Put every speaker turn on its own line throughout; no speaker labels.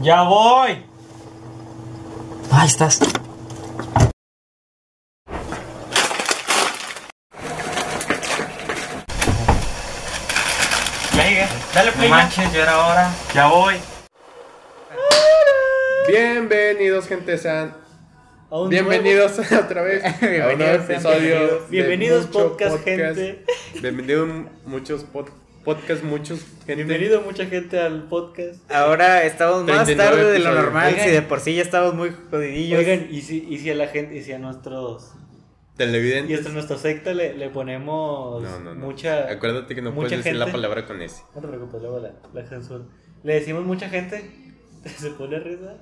Ya voy.
Ahí estás.
Ya llegué. Dale play.
manches,
ya era hora. Ya voy.
Bienvenidos, gente, sean
A un
bienvenidos otra vez a un nuevo
Bienvenidos, sean
episodio.
bienvenidos.
de
Bienvenidos,
Mucho
podcast, gente.
Bienvenido muchos pod- podcast, muchos gente.
Bienvenido mucha gente al podcast.
Ahora estamos más
39
tarde de lo
episodios.
normal.
Oigan.
Si de por sí ya estamos muy jodidillos.
Pues-
Oigan, y si, y si a la gente, y si a nuestros, y
televidentes.
hasta a nuestra secta le, le ponemos
No, no, no.
mucha...
Acuérdate que no
mucha
puedes decir la
gente.
palabra con S.
No te preocupes, luego la, la censura. Le decimos mucha gente, se pone a risa.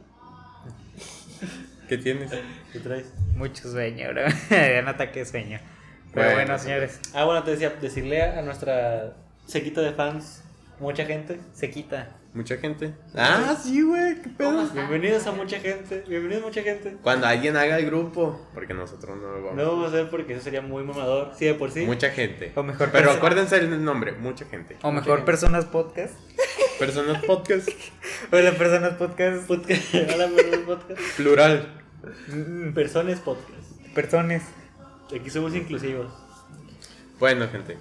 ¿Qué tienes?
¿Qué traes?
Mucho sueño, bro. Ya no ataque de sueño. Pero
Bueno.
bueno, señores,
Ah, bueno, te decía, decirle a, a nuestra sequita de fans, mucha gente.
se quita.
Mucha gente. Ah, sí, güey, qué pedo.
Bienvenidos a mucha gente, bienvenidos mucha gente.
Cuando alguien haga el grupo, porque nosotros no lo vamos.
No vamos a hacer porque eso sería muy mamador. Sí, de por sí.
Mucha gente.
O mejor
Pero
perso-
acuérdense el nombre, mucha gente.
O mejor personas podcast.
Personas podcast
Hola, personas podcast.
Podcast. Hola, personas podcast.
plural.
Mm,
Personas podcast.
Personas.
Aquí somos inclusivos.
Bueno, gente.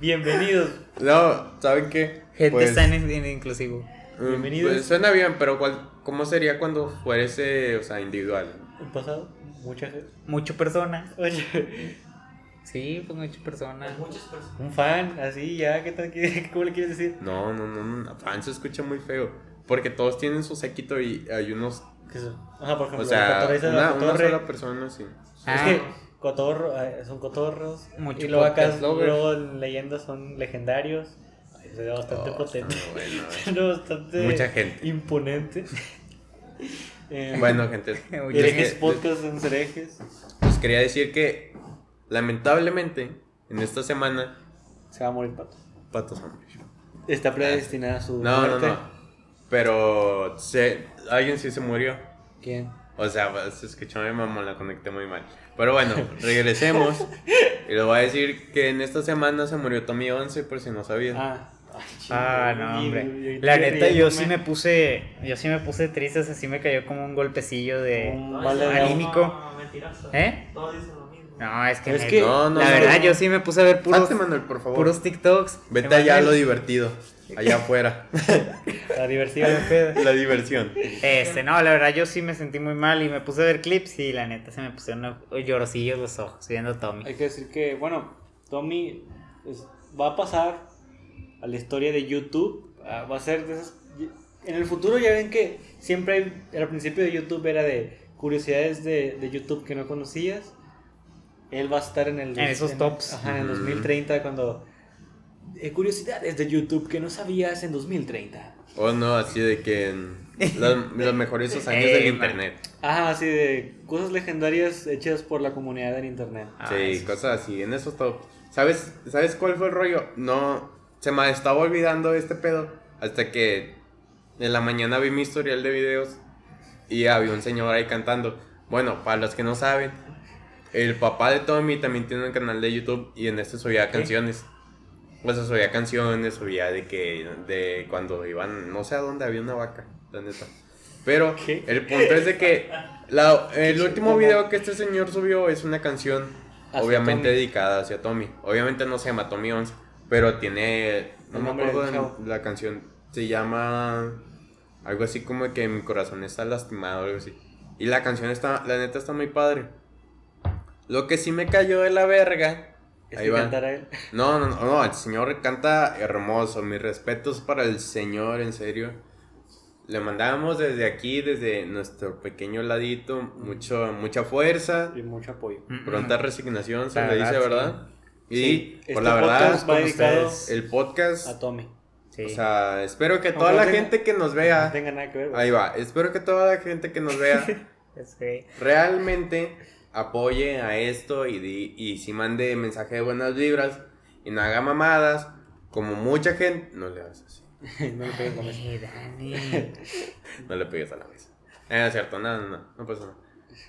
Bienvenidos.
No, ¿saben qué?
Gente
Pues-
sana y- y inclusivo.
Mm,
Bienvenidos.
pues suena bien, pero ¿cuál, ¿cómo sería cuando fuese, o sea, individual?
¿Un pasado? Mucha gente.
Mucho persona.
Oye,
Sí, pues mucho persona.
un fan, así ya, ¿qué tal? ¿Qué- ¿Cómo le quieres decir?
No, no, no, no, fan se escucha muy feo. Porque todos tienen su sequito y hay unos,
¿Qué son? Ajá, por ejemplo,
o sea,
cotorriza,
una, una
cotorre.
sola persona, sí.
Es
Ah.
que cotorro, ah, son cotorros.
Mucho
y luego acá,
podcast lover.
luego en leyendas son legendarios. Ay, Se ve bastante
Oh,
potente.
está bueno, eh.
Se ve bastante
Mucha gente.
imponente. Eh,
Bueno, gente,
Oye,
les,
herejes
que-
podcast en herejes.
les quería decir que, lamentablemente, en esta semana,
Se va a morir pato.
Pato se murió.
Está predestinada a su
No, no,
muerte.
no. Pero se, alguien sí se murió.
¿Quién?
O sea, pues, se escuchó mi mamá, la conecté muy mal. Pero bueno, regresemos. y les voy a decir que en esta semana se murió Tommy 11, por si no sabían.
Ah,
Ah, no, hombre. La neta, yo sí me puse. Yo sí me puse triste. así me cayó como un golpecillo de. anímico. ¿Eh?
Todos dicen lo mismo.
Ah.
No, es que.
Es
me-
que-
No, no,
la
no.
verdad, yo sí me puse a ver puros,
Salte, Manuel, por favor.
puros TikToks.
Vete allá a lo
Emanuel,
divertido. Allá afuera.
La diversión.
la diversión.
Este, no, la verdad, yo sí me sentí muy mal y me puse a ver clips y la neta se me pusieron llorosillos los ojos viendo a Tommy.
Hay que decir que, bueno, Tommy es- va a pasar a la historia de YouTube. Ah, Va a ser de esas. En el futuro ya ven que siempre hay- al principio de YouTube era de curiosidades de, de YouTube que no conocías. Él va a estar en el.
En esos tops.
Ajá, en el
Ujú.
2030 cuando. eh, curiosidades de YouTube que no sabías en 2030.
O Oh, no, así de que mm, los, los mejores años del
Ey, man.
internet.
Ajá, así de cosas legendarias hechas por la comunidad en internet.
Ah,
sí,
eso.
cosas así. En eso todo. ¿Sabes, ¿Sabes cuál fue el rollo? No, se me estaba olvidando este pedo. Hasta que en la mañana vi mi historial de videos y había un señor ahí cantando. Bueno, para los que no saben, el papá de Tommy también tiene un canal de YouTube y en este subía canciones. O sea, subía canciones, subía de que de cuando iban, no sé a dónde había una vaca, la neta. Pero
¿Qué?
el punto es de que la- el último video que este señor subió es una canción
Hacia
obviamente
Tommy.
dedicada hacia Tommy. Obviamente no se llama Tommy 11, pero tiene no
El
me
nombre
acuerdo
del
de
chavo.
la canción. Se llama algo así como que mi corazón está lastimado, algo así. Y la canción está, la neta está muy padre. Lo que sí me cayó de la verga.
Es
ahí
que
va.
cantara él.
No, no, no, no, el señor canta hermoso. Mis respetos para el señor, en serio. Le mandamos desde aquí, desde nuestro pequeño ladito, mucho, mucha fuerza,
Y mucho apoyo.
Mm,
pronta resignación, se
La
le dice,
verdad,
¿verdad? Y
Sí,
por
este
la verdad, pues,
podcast va
con
dedicado
ustedes.
el podcast,
a Tommy.
mm. sí.
o sea, espero que toda
Aunque
la
no tenga-
gente que nos
No
vea,
tenga nada que ver. güey.
ahí va, espero que toda la gente que nos vea
Sí.
realmente apoye a esto y, di- y si mande mensaje de buenas vibras y no haga mamadas, como mucha gente, no le hagas así,
no le pegues la mesa.
Ay, Dani.
no le pegues a la mesa. Eh, no es cierto, no, no, no, no pasa nada.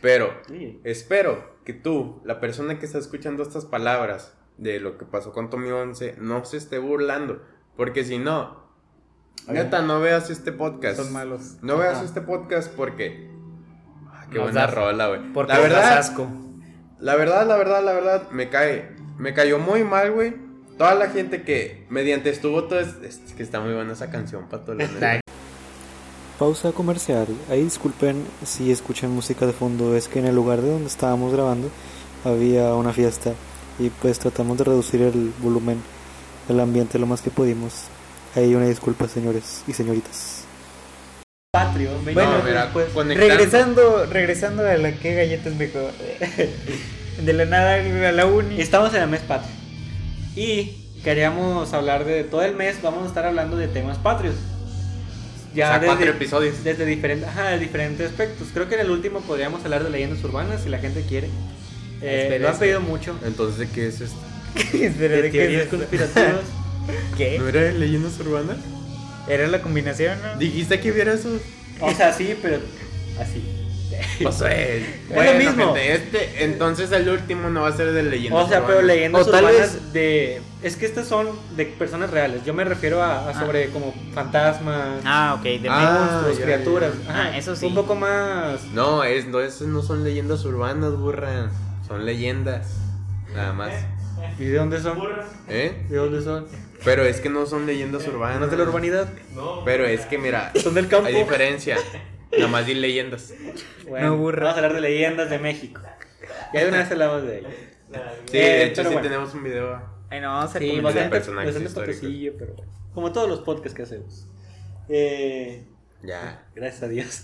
Pero
Sí.
Espero que tú, la persona que está escuchando estas palabras de lo que pasó con Tommy 11, no se esté burlando. Porque si no, neta, no veas este podcast.
Son malos.
No veas
Ajá.
este podcast porque. Ah, qué
Nos
buena
das-
rola, güey.
Porque
La
les das
verdad,
asco.
la verdad, la verdad, la verdad, me cae. Me cayó muy mal, güey. Toda la gente que mediante estuvo todo es, es que está muy buena esa canción, pato. la neta.
Ay,
Pausa comercial. Ahí disculpen si escuchan música de fondo. Es que en el lugar de donde estábamos grabando había una fiesta y pues tratamos de reducir el volumen del ambiente lo más que pudimos. Ahí una disculpa, señores y señoritas.
Patrio,
No,
bueno,
mira,
después.
conectando.
pues, Regresando, regresando a la que galletas me co- De la nada a la uni.
Estamos en el mes patrio. Y queríamos hablar de todo el mes, vamos a estar hablando de temas patrios.
O
Ya
sea, cuatro
desde,
episodios.
desde diferentes, ajá, de diferentes aspectos. Creo que en el último podríamos hablar de leyendas urbanas si la gente quiere. Eh,
Espera,
lo han
espera.
pedido mucho.
Entonces, ¿de qué es esto?
Espera,
De
¿de qué es
teorías
esto?
conspirativas.
¿Qué?
¿No era de leyendas urbanas?
¿Era la combinación? no?
Dijiste que hubiera eso.
o sea, sí, pero así.
Pues es.
lo
Bueno,
mismo.
gente, este, entonces el último no va a ser de leyendas
O sea, pero
urbanas.
leyendas
O tal
urbanas
vez-
de... Es que estas son de personas reales. Yo me refiero a, a
Ah.
sobre como fantasmas,
Ah, ok, de
Ah,
monstruos,
ya,
criaturas.
ya.
Ajá,
Ah, eso sí.
Un poco más...
No, es, no, esas no son leyendas urbanas, burra. Son leyendas. Nada más.
¿Y de dónde son?
¿Eh?
¿De dónde son?
Pero es que no son leyendas urbanas.
¿Eh? ¿No es de la urbanidad?
Pero es que, mira,
¿Son del campo?
hay diferencia. Nada más di leyendas.
Bueno,
No burra.
Vamos a hablar de leyendas de México. Ya de una vez hablamos de ellas.
Sí,
Eh,
de hecho,
pero
sí
bueno.
tenemos un video.
Ay, no, vamos a
Sí,
comentar.
bastante,
personajes
bastante
históricos.
patosillo, pero bueno. Como todos los podcasts que hacemos. Eh,
Ya.
gracias a Dios.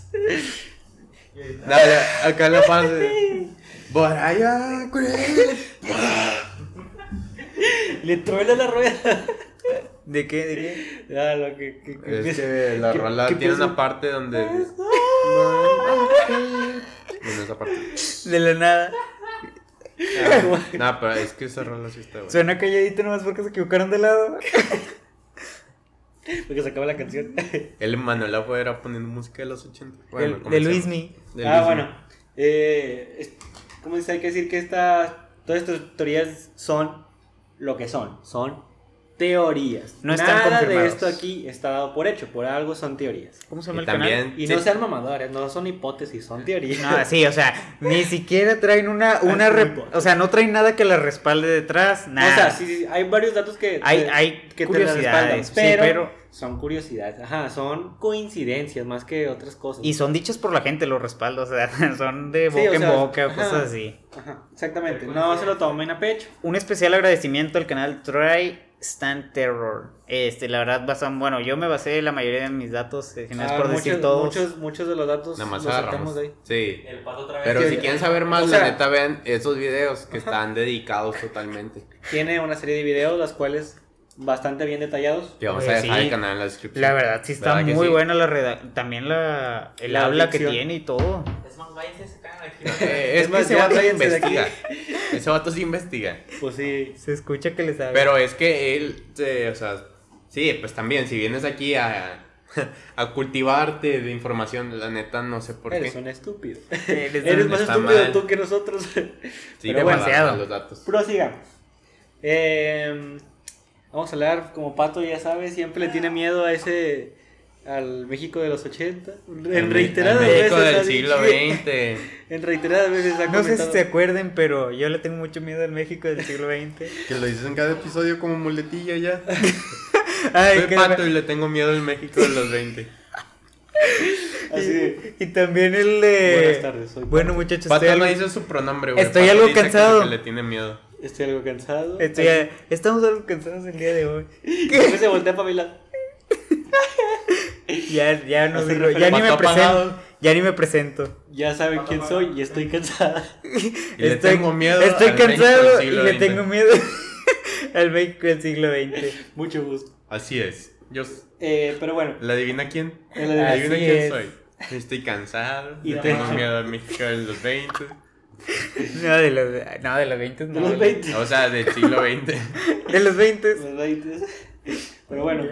Dale, acá la fase. Boraya,
Le truena la rueda.
¿De qué? ¿De qué?
Ya, lo que, que- que-
Es que la
¿Qué-
rola
qué Ah,
tiene
pienso?
una parte donde. Bueno, esa parte. Ah,
De la nada.
No, pero es que esa rola sí está buena.
Suena calladito nomás porque se equivocaron de lado.
Porque se acaba la canción.
El Manuel Afo era poniendo música de los 80. Bueno,
de, de
comencemos.
Luismi.
De
ah,
Luismi.
bueno. Eh, es- ¿Cómo dice? Hay que decir que estas. Todas estas teorías son lo que son. Son teorías.
No están
Nada de
confirmados.
esto aquí está dado por hecho. Por algo son teorías.
¿Cómo se
Y también.
Y
sí,
no sean mamadores, no son hipótesis, son teorías.
No, sí, o sea, Ah, ni siquiera traen una, una rep- o sea, no traen nada que la respalde detrás, nada.
O sea, sí, sí, hay varios datos que,
Hay-
que-
hay
que te las
curiosidades,
respaldan,
sí,
pero,
pero-
son curiosidades, ajá, son coincidencias más que otras cosas.
Y son dichas por la gente los respaldos, o sea, son de
Sí,
boca
o sea,
en boca,
ajá.
cosas así.
Ajá, exactamente, no se lo tomen a pecho.
Un especial agradecimiento al canal Try Stand Terror. Este, la verdad, basan, bueno, yo me basé la mayoría de mis datos, eh, si no es
Ah,
por
muchos,
decir todos.
muchos, muchos de los datos
Nada más
los sacamos
agarramos.
de ahí.
Sí.
El pato otra vez.
Pero
que-
si quieren saber más,
o sea-
la neta, vean esos videos que están dedicados totalmente.
Tiene una serie de videos, las cuales bastante bien detallados.
Que vamos
Oye,
a dejar
sí.
el canal en la descripción.
La verdad, sí está
¿Verdad que
muy
sí?
buena la reda también la el
La
habla
dicción.
que tiene y todo.
Es más, váyanse se cagan aquí.
Eh, es
Es
que
más,
ese
ya
vato sí
váyanse de aquí.
investiga. Ese vato sí investiga.
Pues sí,
Se escucha que le sabe.
Pero es que él, eh, o sea, sí, pues también, si vienes aquí a, a cultivarte de información, la neta, no sé por
eres
qué.
un estúpido.
Eres
Eres
un-
más
está
estúpido
mal.
tú que nosotros.
Sí,
pero
te
bueno.
mandaron
demasiado.
los datos.
Prosigamos. Eh, vamos a hablar, como Pato ya sabe, siempre le tiene miedo a ese. al México de los 80. En reiteradas
Al
veces.
México
ha
del
dicho-
siglo XX.
En reiteradas veces ha
no sé si
comentado-
se acuerden, pero yo le tengo mucho miedo al México del siglo XX.
Que lo dices en cada episodio como muletilla ya.
Ay,
Soy
qué
pato y le tengo miedo al México de los 20.
Así de,
Y también el de.
Buenas tardes, soy Pato.
Bueno, muchachos,
Pato
estoy,
no
algo-
dice su pronombre, güey.
Estoy
Pato
algo
dice que-
cansado.
Que le tiene miedo.
Estoy algo cansado.
estoy- estamos algo cansados el día de hoy.
Después se voltea para mi lado.
Ya, ya no
Hace
digo- ya
referencia.
ni me
Pato
presento.
apagado.
Ya ni me presento.
Ya saben quién soy y estoy cansada.
Y le tengo miedo
Estoy
al México del
cansado y
siglo
le
XX.
tengo miedo al México del siglo XX.
Mucho gusto.
Así es. Yo, s-
Eh, pero bueno,
¿La adivina quién?
El adivina
adivina
quién.
quién
es.
soy? Estoy cansado,
Y
le
la
tengo
mamá.
miedo al México de los 20.
No, de los, no, de los 20 no.
de los 20.
O sea, del siglo XX.
De los 20.
Los 20. Pero bueno,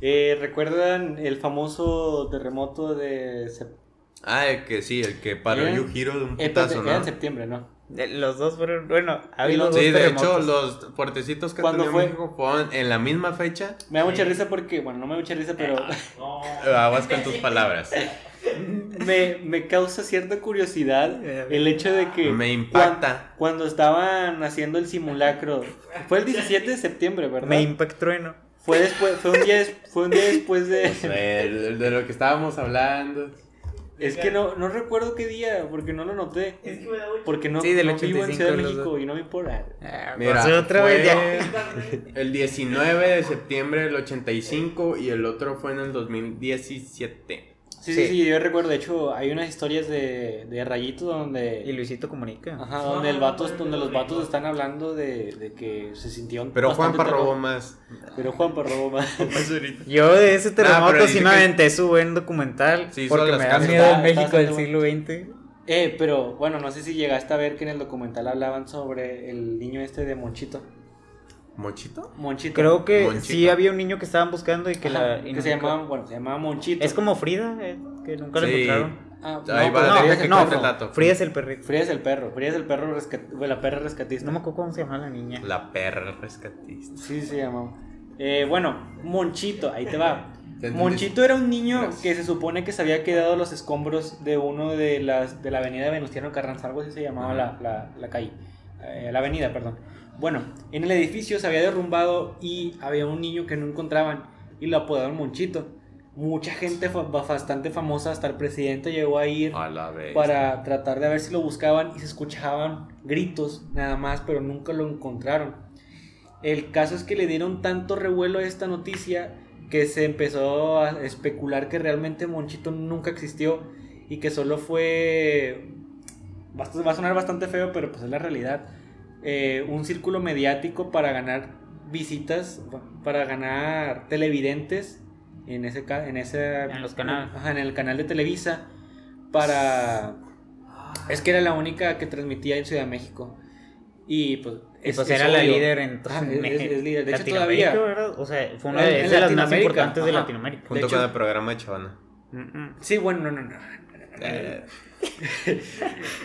eh, ¿recuerdan el famoso terremoto de sep-
Ah, el que sí, el que paró
Era-
Yu Hiro de un
Eh, pues,
putazo,
Era
¿no?
en septiembre, ¿no?
De- Los dos fueron, bueno, ha habido dos
Sí, de hecho,
terremotos.
los fuertecitos que
¿Cuándo
tenía
fue?
México fueron en la misma fecha.
Me da mucha risa porque, bueno, no me da mucha risa, pero
Ah.
No.
Aguas con tus palabras.
me, me causa cierta curiosidad el hecho de que...
Me impacta.
cuan- Cuando estaban haciendo el simulacro, fue el 17 de septiembre, ¿verdad?
Me impactó trueno.
Fue después, fue un día, des- fue un día después de.
De, de lo que estábamos hablando.
Es que no, no recuerdo qué día, porque no lo noté.
Es que me da mucho.
Porque no,
Sí, del
no vivo en
85
Ciudad de
los dos.
México y no me importa.
Ah,
Mira,
pues,
pasó otra
fue
vez ya.
el 19 de septiembre del 85 y el otro fue en el 2017.
Sí, sí,
Sí.
sí, yo recuerdo. De hecho, hay unas historias de, de rayitos donde.
Y Luisito comunica.
Ajá, donde el vato, donde los vatos están hablando de, de que se sintieron.
Pero
bastante
Juanpa
terror.
robó más.
Pero Juanpa robó más.
Yo de ese
Nah, pero
terremoto sí
dice
me
que-
aventé su buen documental.
Sí, hizo
porque
las
me da
casas.
miedo el
Ah, Está- está
México del
bastante
siglo XX.
eh, pero bueno, no sé si llegaste a ver que en el documental hablaban sobre el niño este de Monchito.
¿Mochito?
Monchito.
Creo que
Monchito.
sí había un niño que estaban buscando y que
Ajá, que
la. y nunca-
se llamaba, bueno, se llamaba Monchito.
Es como Frida, eh, que nunca la
Sí.
encontraron.
Ah,
Ahí
no,
va,
pero-
no,
deja que
no,
cuente
no,
el dato.
Frida es el perrito.
Frías el perro, Frías el perro rescat... bueno, la perra rescatista.
No me acuerdo cómo se llama la niña.
La perra rescatista.
Sí, se llamaba. Eh, bueno, Monchito, ahí te va.
¿Ya entendiste?
Monchito era un niño
Gracias.
que se supone que se había quedado los escombros de uno de las de la avenida Venustiano Carranza, algo así se llamaba la, la- la calle, eh, la avenida, perdón. Bueno, en el edificio se había derrumbado y había un niño que no encontraban y lo apodaban Monchito. Mucha gente fa- bastante famosa, hasta el presidente llegó a ir.
A la vez.
para tratar de ver si lo buscaban y se escuchaban gritos nada más, pero nunca lo encontraron. El caso es que le dieron tanto revuelo a esta noticia que se empezó a especular que realmente Monchito nunca existió y que solo fue... Va a- va a sonar bastante feo, pero pues es la realidad. eh, un círculo mediático para ganar visitas, para ganar televidentes en ese, ca- en ese
En los canales.
Ajá, en el canal de Televisa para es que era la única que transmitía en Ciudad de México y pues,
Y
es-
pues
es
era la
obvio.
líder en todo
Ajá, es-
México.
es líder. De hecho,
Latinoamérica,
todavía-
¿verdad? O sea, fue una
En-
de,
en
es de las más
Latinoamérica,
importantes de
ajá.
Latinoamérica.
Junto
hecho-
con el programa de Chavana.
Mm, mm.
Sí, bueno, no, no, no.
Eh,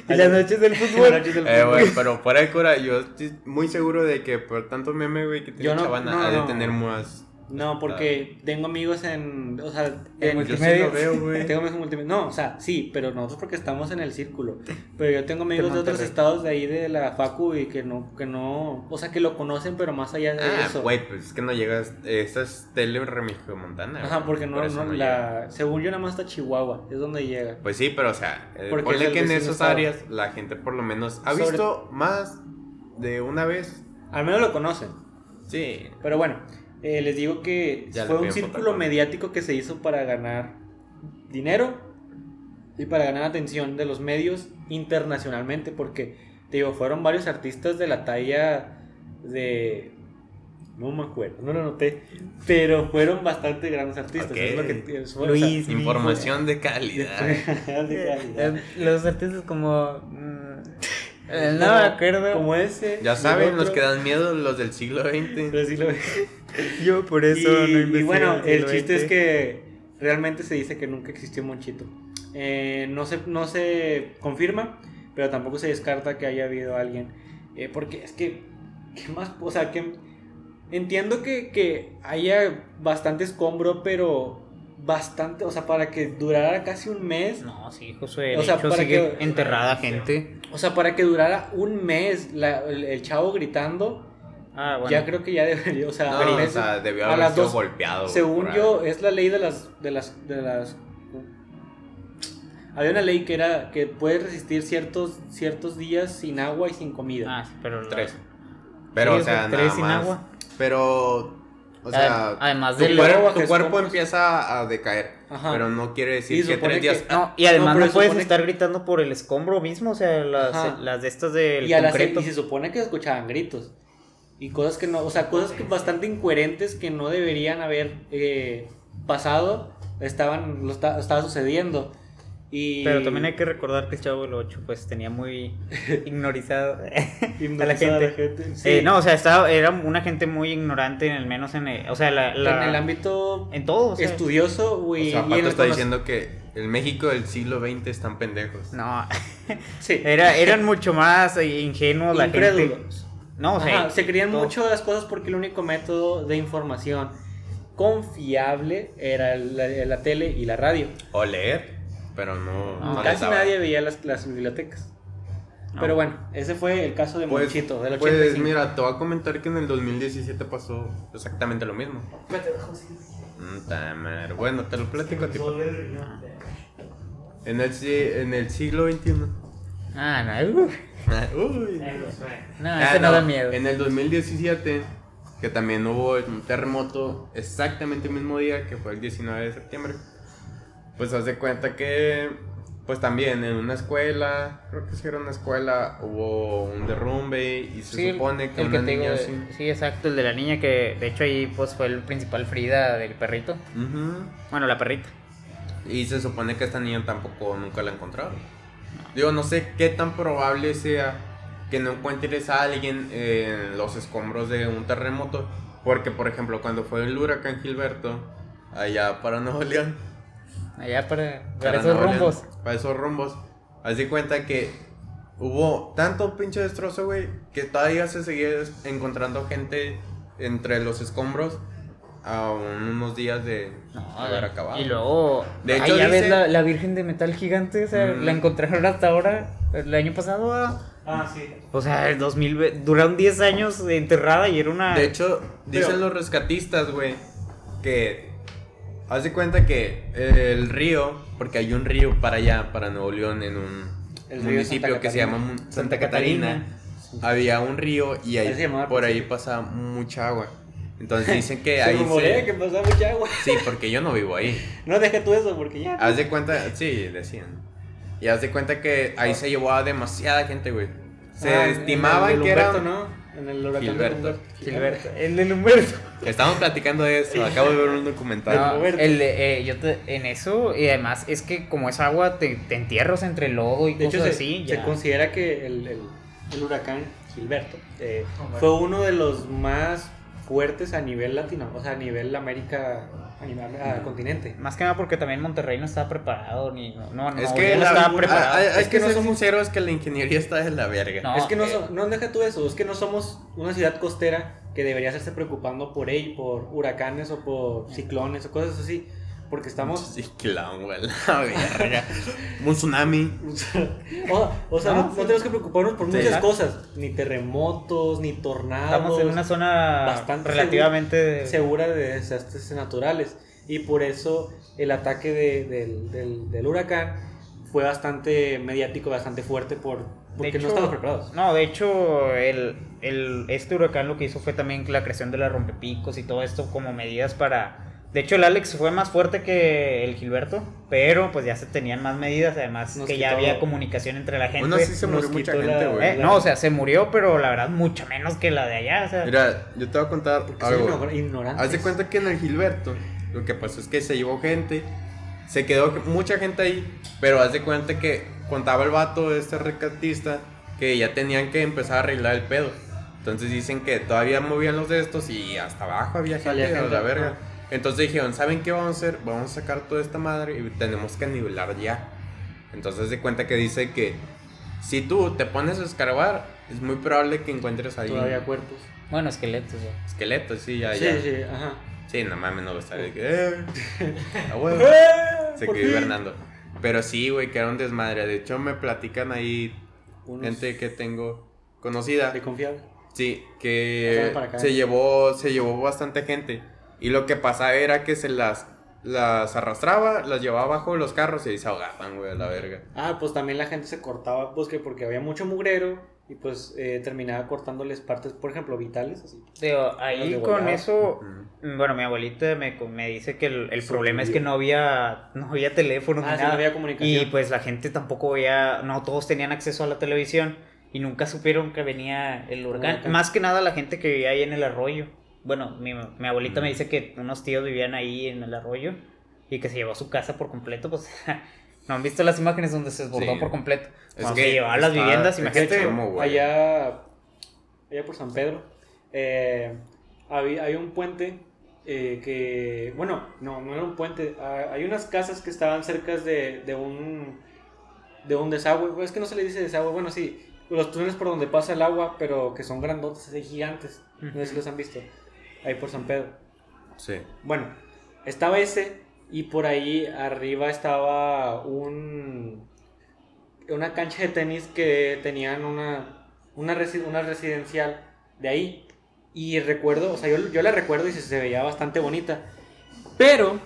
Y las noches del fútbol.
Noches del
eh,
fútbol.
güey, pero fuera de cura, yo estoy muy seguro de que por tanto meme, güey, que tiene
Yo no-
Chavana,
no,
ha de
no.
tener más.
No, porque tengo amigos en, o sea, en-
Yo sí lo veo, güey.
Tengo amigos en multimedia. No, o sea, sí, pero nosotros porque estamos en el círculo. Pero yo tengo amigos de otros
Monterrey.
estados de ahí de la facu y que no, que no, o sea, que lo conocen, pero más allá de
Ah,
Eh, eso.
güey, pues es que no llegas. Esa es tele Remigio Montana.
Ajá,
güey,
porque no,
por eso
no,
llega.
la, según yo nada más está Chihuahua, es donde llega.
Pues sí, pero o sea, eh,
Porque es
ponle
el
que en
vecino
esas
estado.
áreas la gente por lo menos ha
Sobre-
visto más de una vez.
Al menos lo conocen.
Sí.
Pero bueno, eh, les digo que
Ya le
fue
piden
un
por
círculo
tacón.
mediático que se hizo para ganar dinero y para ganar atención de los medios internacionalmente, porque, te digo, fueron varios artistas de la talla de... No me acuerdo, no lo noté, pero fueron bastante grandes artistas.
Ok.
es lo que- es- fue-
Luis.
Información de calidad.
o sea, de calidad.
Eh, Los artistas como. mm, eh, No
Como-
me acuerdo.
Como ese.
Ya
y
saben,
otro. Pues,
los que dan miedo, los del siglo XX.
Pero sí lo-
Yo por
Y,
eso no
y
investigué
bueno, el
siglo
chiste es
XX.
que realmente se dice que nunca existió Monchito. Eh, no, se, no se confirma, pero tampoco se descarta que haya habido alguien. Eh, porque es que, ¿qué más? O sea, que entiendo que, que haya bastante escombro, pero bastante, o sea, para que durara casi un mes.
No, sí, Josué.
O
O
sea,
sea,
para
sigue
que- Ah,
enterrada gente.
O sea, para que durara un mes la- el, el chavo gritando.
Ah, bueno.
Ya creo que ya debería, o sea,
No,
al
o
mes-
sea, debió
a
haber
las
sido
dos-
golpeado. güey,
Según
por
yo,
algo.
es la ley de las, de las, de las. Había una ley que era que puedes resistir ciertos, ciertos días sin agua y sin comida.
Ah, sí, pero. los-
Tres. Pero,
Sí,
o sea,
güey,
nada
tres sin
más.
agua.
Pero, o sea,
Adem- además
tu,
del-
cuerpo-
agua
tu
que
cuerpo
escombras.
empieza a decaer.
Ajá.
Pero no quiere
Y
decir que
supone
tres días.
que-
No, y además
No, pero
no,
se
puedes
supone-
estar gritando por el escombro mismo, o sea,
Ajá.
las, las de estas del
y, a las-
concreto.
y se supone que escuchaban gritos. Y cosas que no, o sea, cosas que bastante incoherentes que no deberían haber eh, pasado, estaban, lo esta- estaba sucediendo. Y,
Pero también hay que recordar que Chavo el 8 pues tenía muy ignorizado a la
Hipnotizada
gente.
a la gente.
Eh, no, o sea, estaba, era una gente muy ignorante, en el menos en el, o sea, la, la-
en el ámbito
en todo, o sea.
estudioso, güey.
O sea,
y en
Pato
el
está
cono-
diciendo que el México del siglo XX están pendejos.
No,
Sí.
era, eran mucho más eh, ingenuos la gente.
Incrédulos.
No, o sea,
Ajá, se creían
todo.
mucho las cosas porque el único método de información confiable era la, la tele y la radio.
O leer, pero no.
No,
no les
Casi
daba.
nadie veía las, las bibliotecas.
No.
Pero bueno, ese fue el caso de
Pues,
Monchito, Este del
pues,
85.
mira, te voy a comentar que en el 2017 pasó exactamente lo mismo. Mm, ta madre. Bueno, te lo platico, tipo. En el, si- en el siglo XXI.
Ah, no, uh,
Ah, uy.
no,
Ah,
ese no,
no,
da miedo.
En el 2017, que también hubo un terremoto exactamente el mismo día, que fue el 19 de septiembre, pues haz de cuenta que, pues también en una escuela, creo que sí era una escuela, hubo un derrumbe y se
Sí, el-
supone que
el
una
te digo
niña
de-
así.
Sí, exacto, el de la niña que de hecho ahí pues fue el principal Frida del perrito.
Ujú.
Bueno, la perrita.
Y se supone que esta niña tampoco nunca la encontraron. Digo, no sé qué tan probable sea que no encuentres a alguien en los escombros de un terremoto. Porque, por ejemplo, cuando fue el huracán Gilberto, allá para Nuevo León.
Allá para, para esos
Nuevo León,
rumbos.
para esos rumbos. Haz de cuenta que hubo tanto pinche destrozo, güey, que todavía se seguía des- encontrando gente entre los escombros a unos días de
No,
haber acabado.
y luego,
De
de
hecho,
ya
dice-
ves la, la Virgen de Metal Gigante, o sea,
Mm.
la encontraron hasta ahora, el año pasado, ah,
Ah, sí.
o sea, el 2000, ve- duraron 10 años enterrada y era una...
De hecho, dicen
Ah. Pero-
los rescatistas, güey, que haz de cuenta que el río, porque hay un río para allá, para Nuevo León, en un
El río
municipio
Santa
que se
Catarina.
llama Mu- Santa, Catarina, había un río y ahí,
Así se llamaba,
por
pues,
ahí pasa mucha agua. Entonces dicen que
Se ¿eh?
ahí
rumorea
se-
que pasaba mucha agua.
Sí, porque yo no vivo ahí.
No deja tú eso porque ya.
Haz de cuenta, sí, decían. Y haz de cuenta que ahí se llevó a demasiada gente, güey. Se
Ah, en el
estimaba
del
que era...
Humberto, ¿no? En el huracán de
Gilberto.
Humberto.
Gilberto, el del Humberto.
Estamos platicando de eso, acabo de ver un documental.
No,
Humberto.
el, de- eh, yo te- en eso, y además es que como es agua, te, te entierras entre lodo y
De hecho,
cosas
se,
así.
se
ya.
considera que el, el- el huracán Gilberto eh, fue uno de los más fuertes a nivel latino, o sea, a nivel América, a nivel a continente.
Más que nada porque también Monterrey no estaba preparado, ni... No, no,
Es
no,
que,
no
la-
estaba preparado.
ah, ah, es
Es
que
que
no
no
somos sinceros que la ingeniería está de la verga.
No,
es que no,
eh,
so- no deja tú eso, es que no somos una ciudad costera que debería estarse preocupando por ello, por huracanes o por ciclones o cosas así, porque estamos...
Sí, claro, güey, la verga. Un tsunami.
o, o sea,
No,
no, no
sí.
tenemos que preocuparnos por
Sí.
muchas cosas, ni terremotos, ni tornados.
Estamos en una zona
bastante
relativamente...
segura de desastres naturales. Y por eso el ataque de- del, del- del huracán fue bastante mediático, bastante fuerte, por, porque no
De hecho-
estamos preparados.
No, de hecho, el, el- este huracán lo que hizo fue también la creación de las rompepicos y todo esto como medidas para... De hecho, el Alex fue más fuerte que el Gilberto, pero pues ya se tenían más medidas, además
Nos
que ya
quitó-
había comunicación entre la gente.
Bueno, sí se
nos
murió mucha
quitó la-
gente, güey.
Eh, no, o sea, se murió, pero la verdad mucho menos que la de allá. O sea,
Mira, yo te voy a contar
Porque son
algo.
ignor- ignorantes.
Haz de cuenta que en el Gilberto, lo que pasó es que se llevó gente, se quedó mucha gente ahí, pero haz de cuenta que contaba el vato de este rescatista que ya tenían que empezar a arreglar el pedo. Entonces dicen que todavía movían los de estos y hasta abajo había gente,
Salía
a
gente,
la verga. Entonces dijeron, ¿saben qué vamos a hacer? Vamos a sacar toda esta madre y tenemos que nivelar ya. Entonces haz de cuenta que dice que si tú te pones a escarbar, es muy probable que encuentres ahí
Todavía cuerpos.
bueno, esqueletos. ya.
esqueletos, sí, ya,
Sí,
ya.
sí, ajá.
Sí, no mames, no va a estar de que. "Eh, a huevo". Se
Oh. ¡Eh! por
quedó
fin.
hibernando. Pero sí, güey, que era un desmadre. De hecho, me platican ahí
Unos
gente que tengo conocida.
de confiable.
Sí,
Acá
que
de para acá.
se llevó, se llevó bastante gente. Y lo que pasaba era que se las, las arrastraba, las llevaba bajo de los carros y ahí se ahogaban, güey, a la verga.
Ah, pues también la gente se cortaba bosque porque había mucho mugrero y pues eh, terminaba cortándoles partes, por ejemplo, vitales. Así.
Digo, ahí
de
con
volada.
eso,
Ujú.
bueno, mi abuelita me, me dice que el, el
Sí,
problema es
sí.
que no había, no había teléfono ni
Ah, sí, no
nada.
había comunicación.
Y pues la gente tampoco veía, no todos tenían acceso a la televisión y nunca supieron que venía el huracán.
Huracán.
Más que nada la gente que vivía ahí en el arroyo. Bueno, mi, mi abuelita me dice que unos tíos vivían ahí en el arroyo y que se llevó a su casa por completo, pues ¿No han visto las imágenes donde se desbordó
Sí.
por completo?
Es
Cuando
que
se llevaban las
está
viviendas, imagínate.
extremo, güey.
Allá, allá por San Pedro, eh, había- hay un puente eh, que, bueno, no, no era un puente, ah, hay unas casas que estaban cerca de, de un de un desagüe, Bueno, es que no se le dice desagüe, bueno, sí, los túneles por donde pasa el agua, pero que son grandotes, así gigantes, no sé si los han visto, ahí por San Pedro.
Sí.
Bueno, estaba ese y por ahí arriba estaba un una cancha de tenis que tenían una una, resi- una residencial de ahí y recuerdo, o sea, yo, yo la recuerdo y se, se veía bastante bonita, pero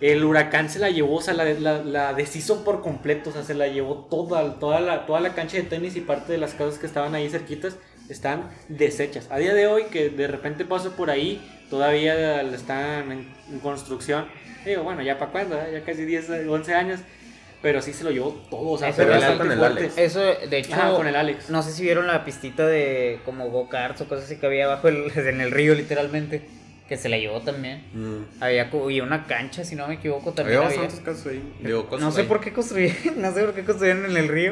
el huracán se la llevó, o sea, la, la- la deshizo por completo, o sea, se la llevó toda, toda, la, toda la cancha de tenis y parte de las casas que estaban ahí cerquitas están deshechas. A día de hoy, que de repente paso por ahí, todavía la están en, en construcción. Digo, bueno, ya para cuándo, eh? ya casi 10, eh, 11 años, pero sí se lo llevó todo, o sea,
Eso
fue
lo hizo
bastante
con el
fuerte.
Alex.
Eso, de hecho,
Ajá, con el Alex.
no sé si vieron la pistita de como go-karts o cosas así que había abajo el- en el río, literalmente, que se la llevó también.
Mm.
Había co- y una cancha, si no me equivoco,
Había
también había.
bastantes casos ahí. Digo, cosas
No sé
ahí.
por qué construyeron, no sé por qué construyeron en el río.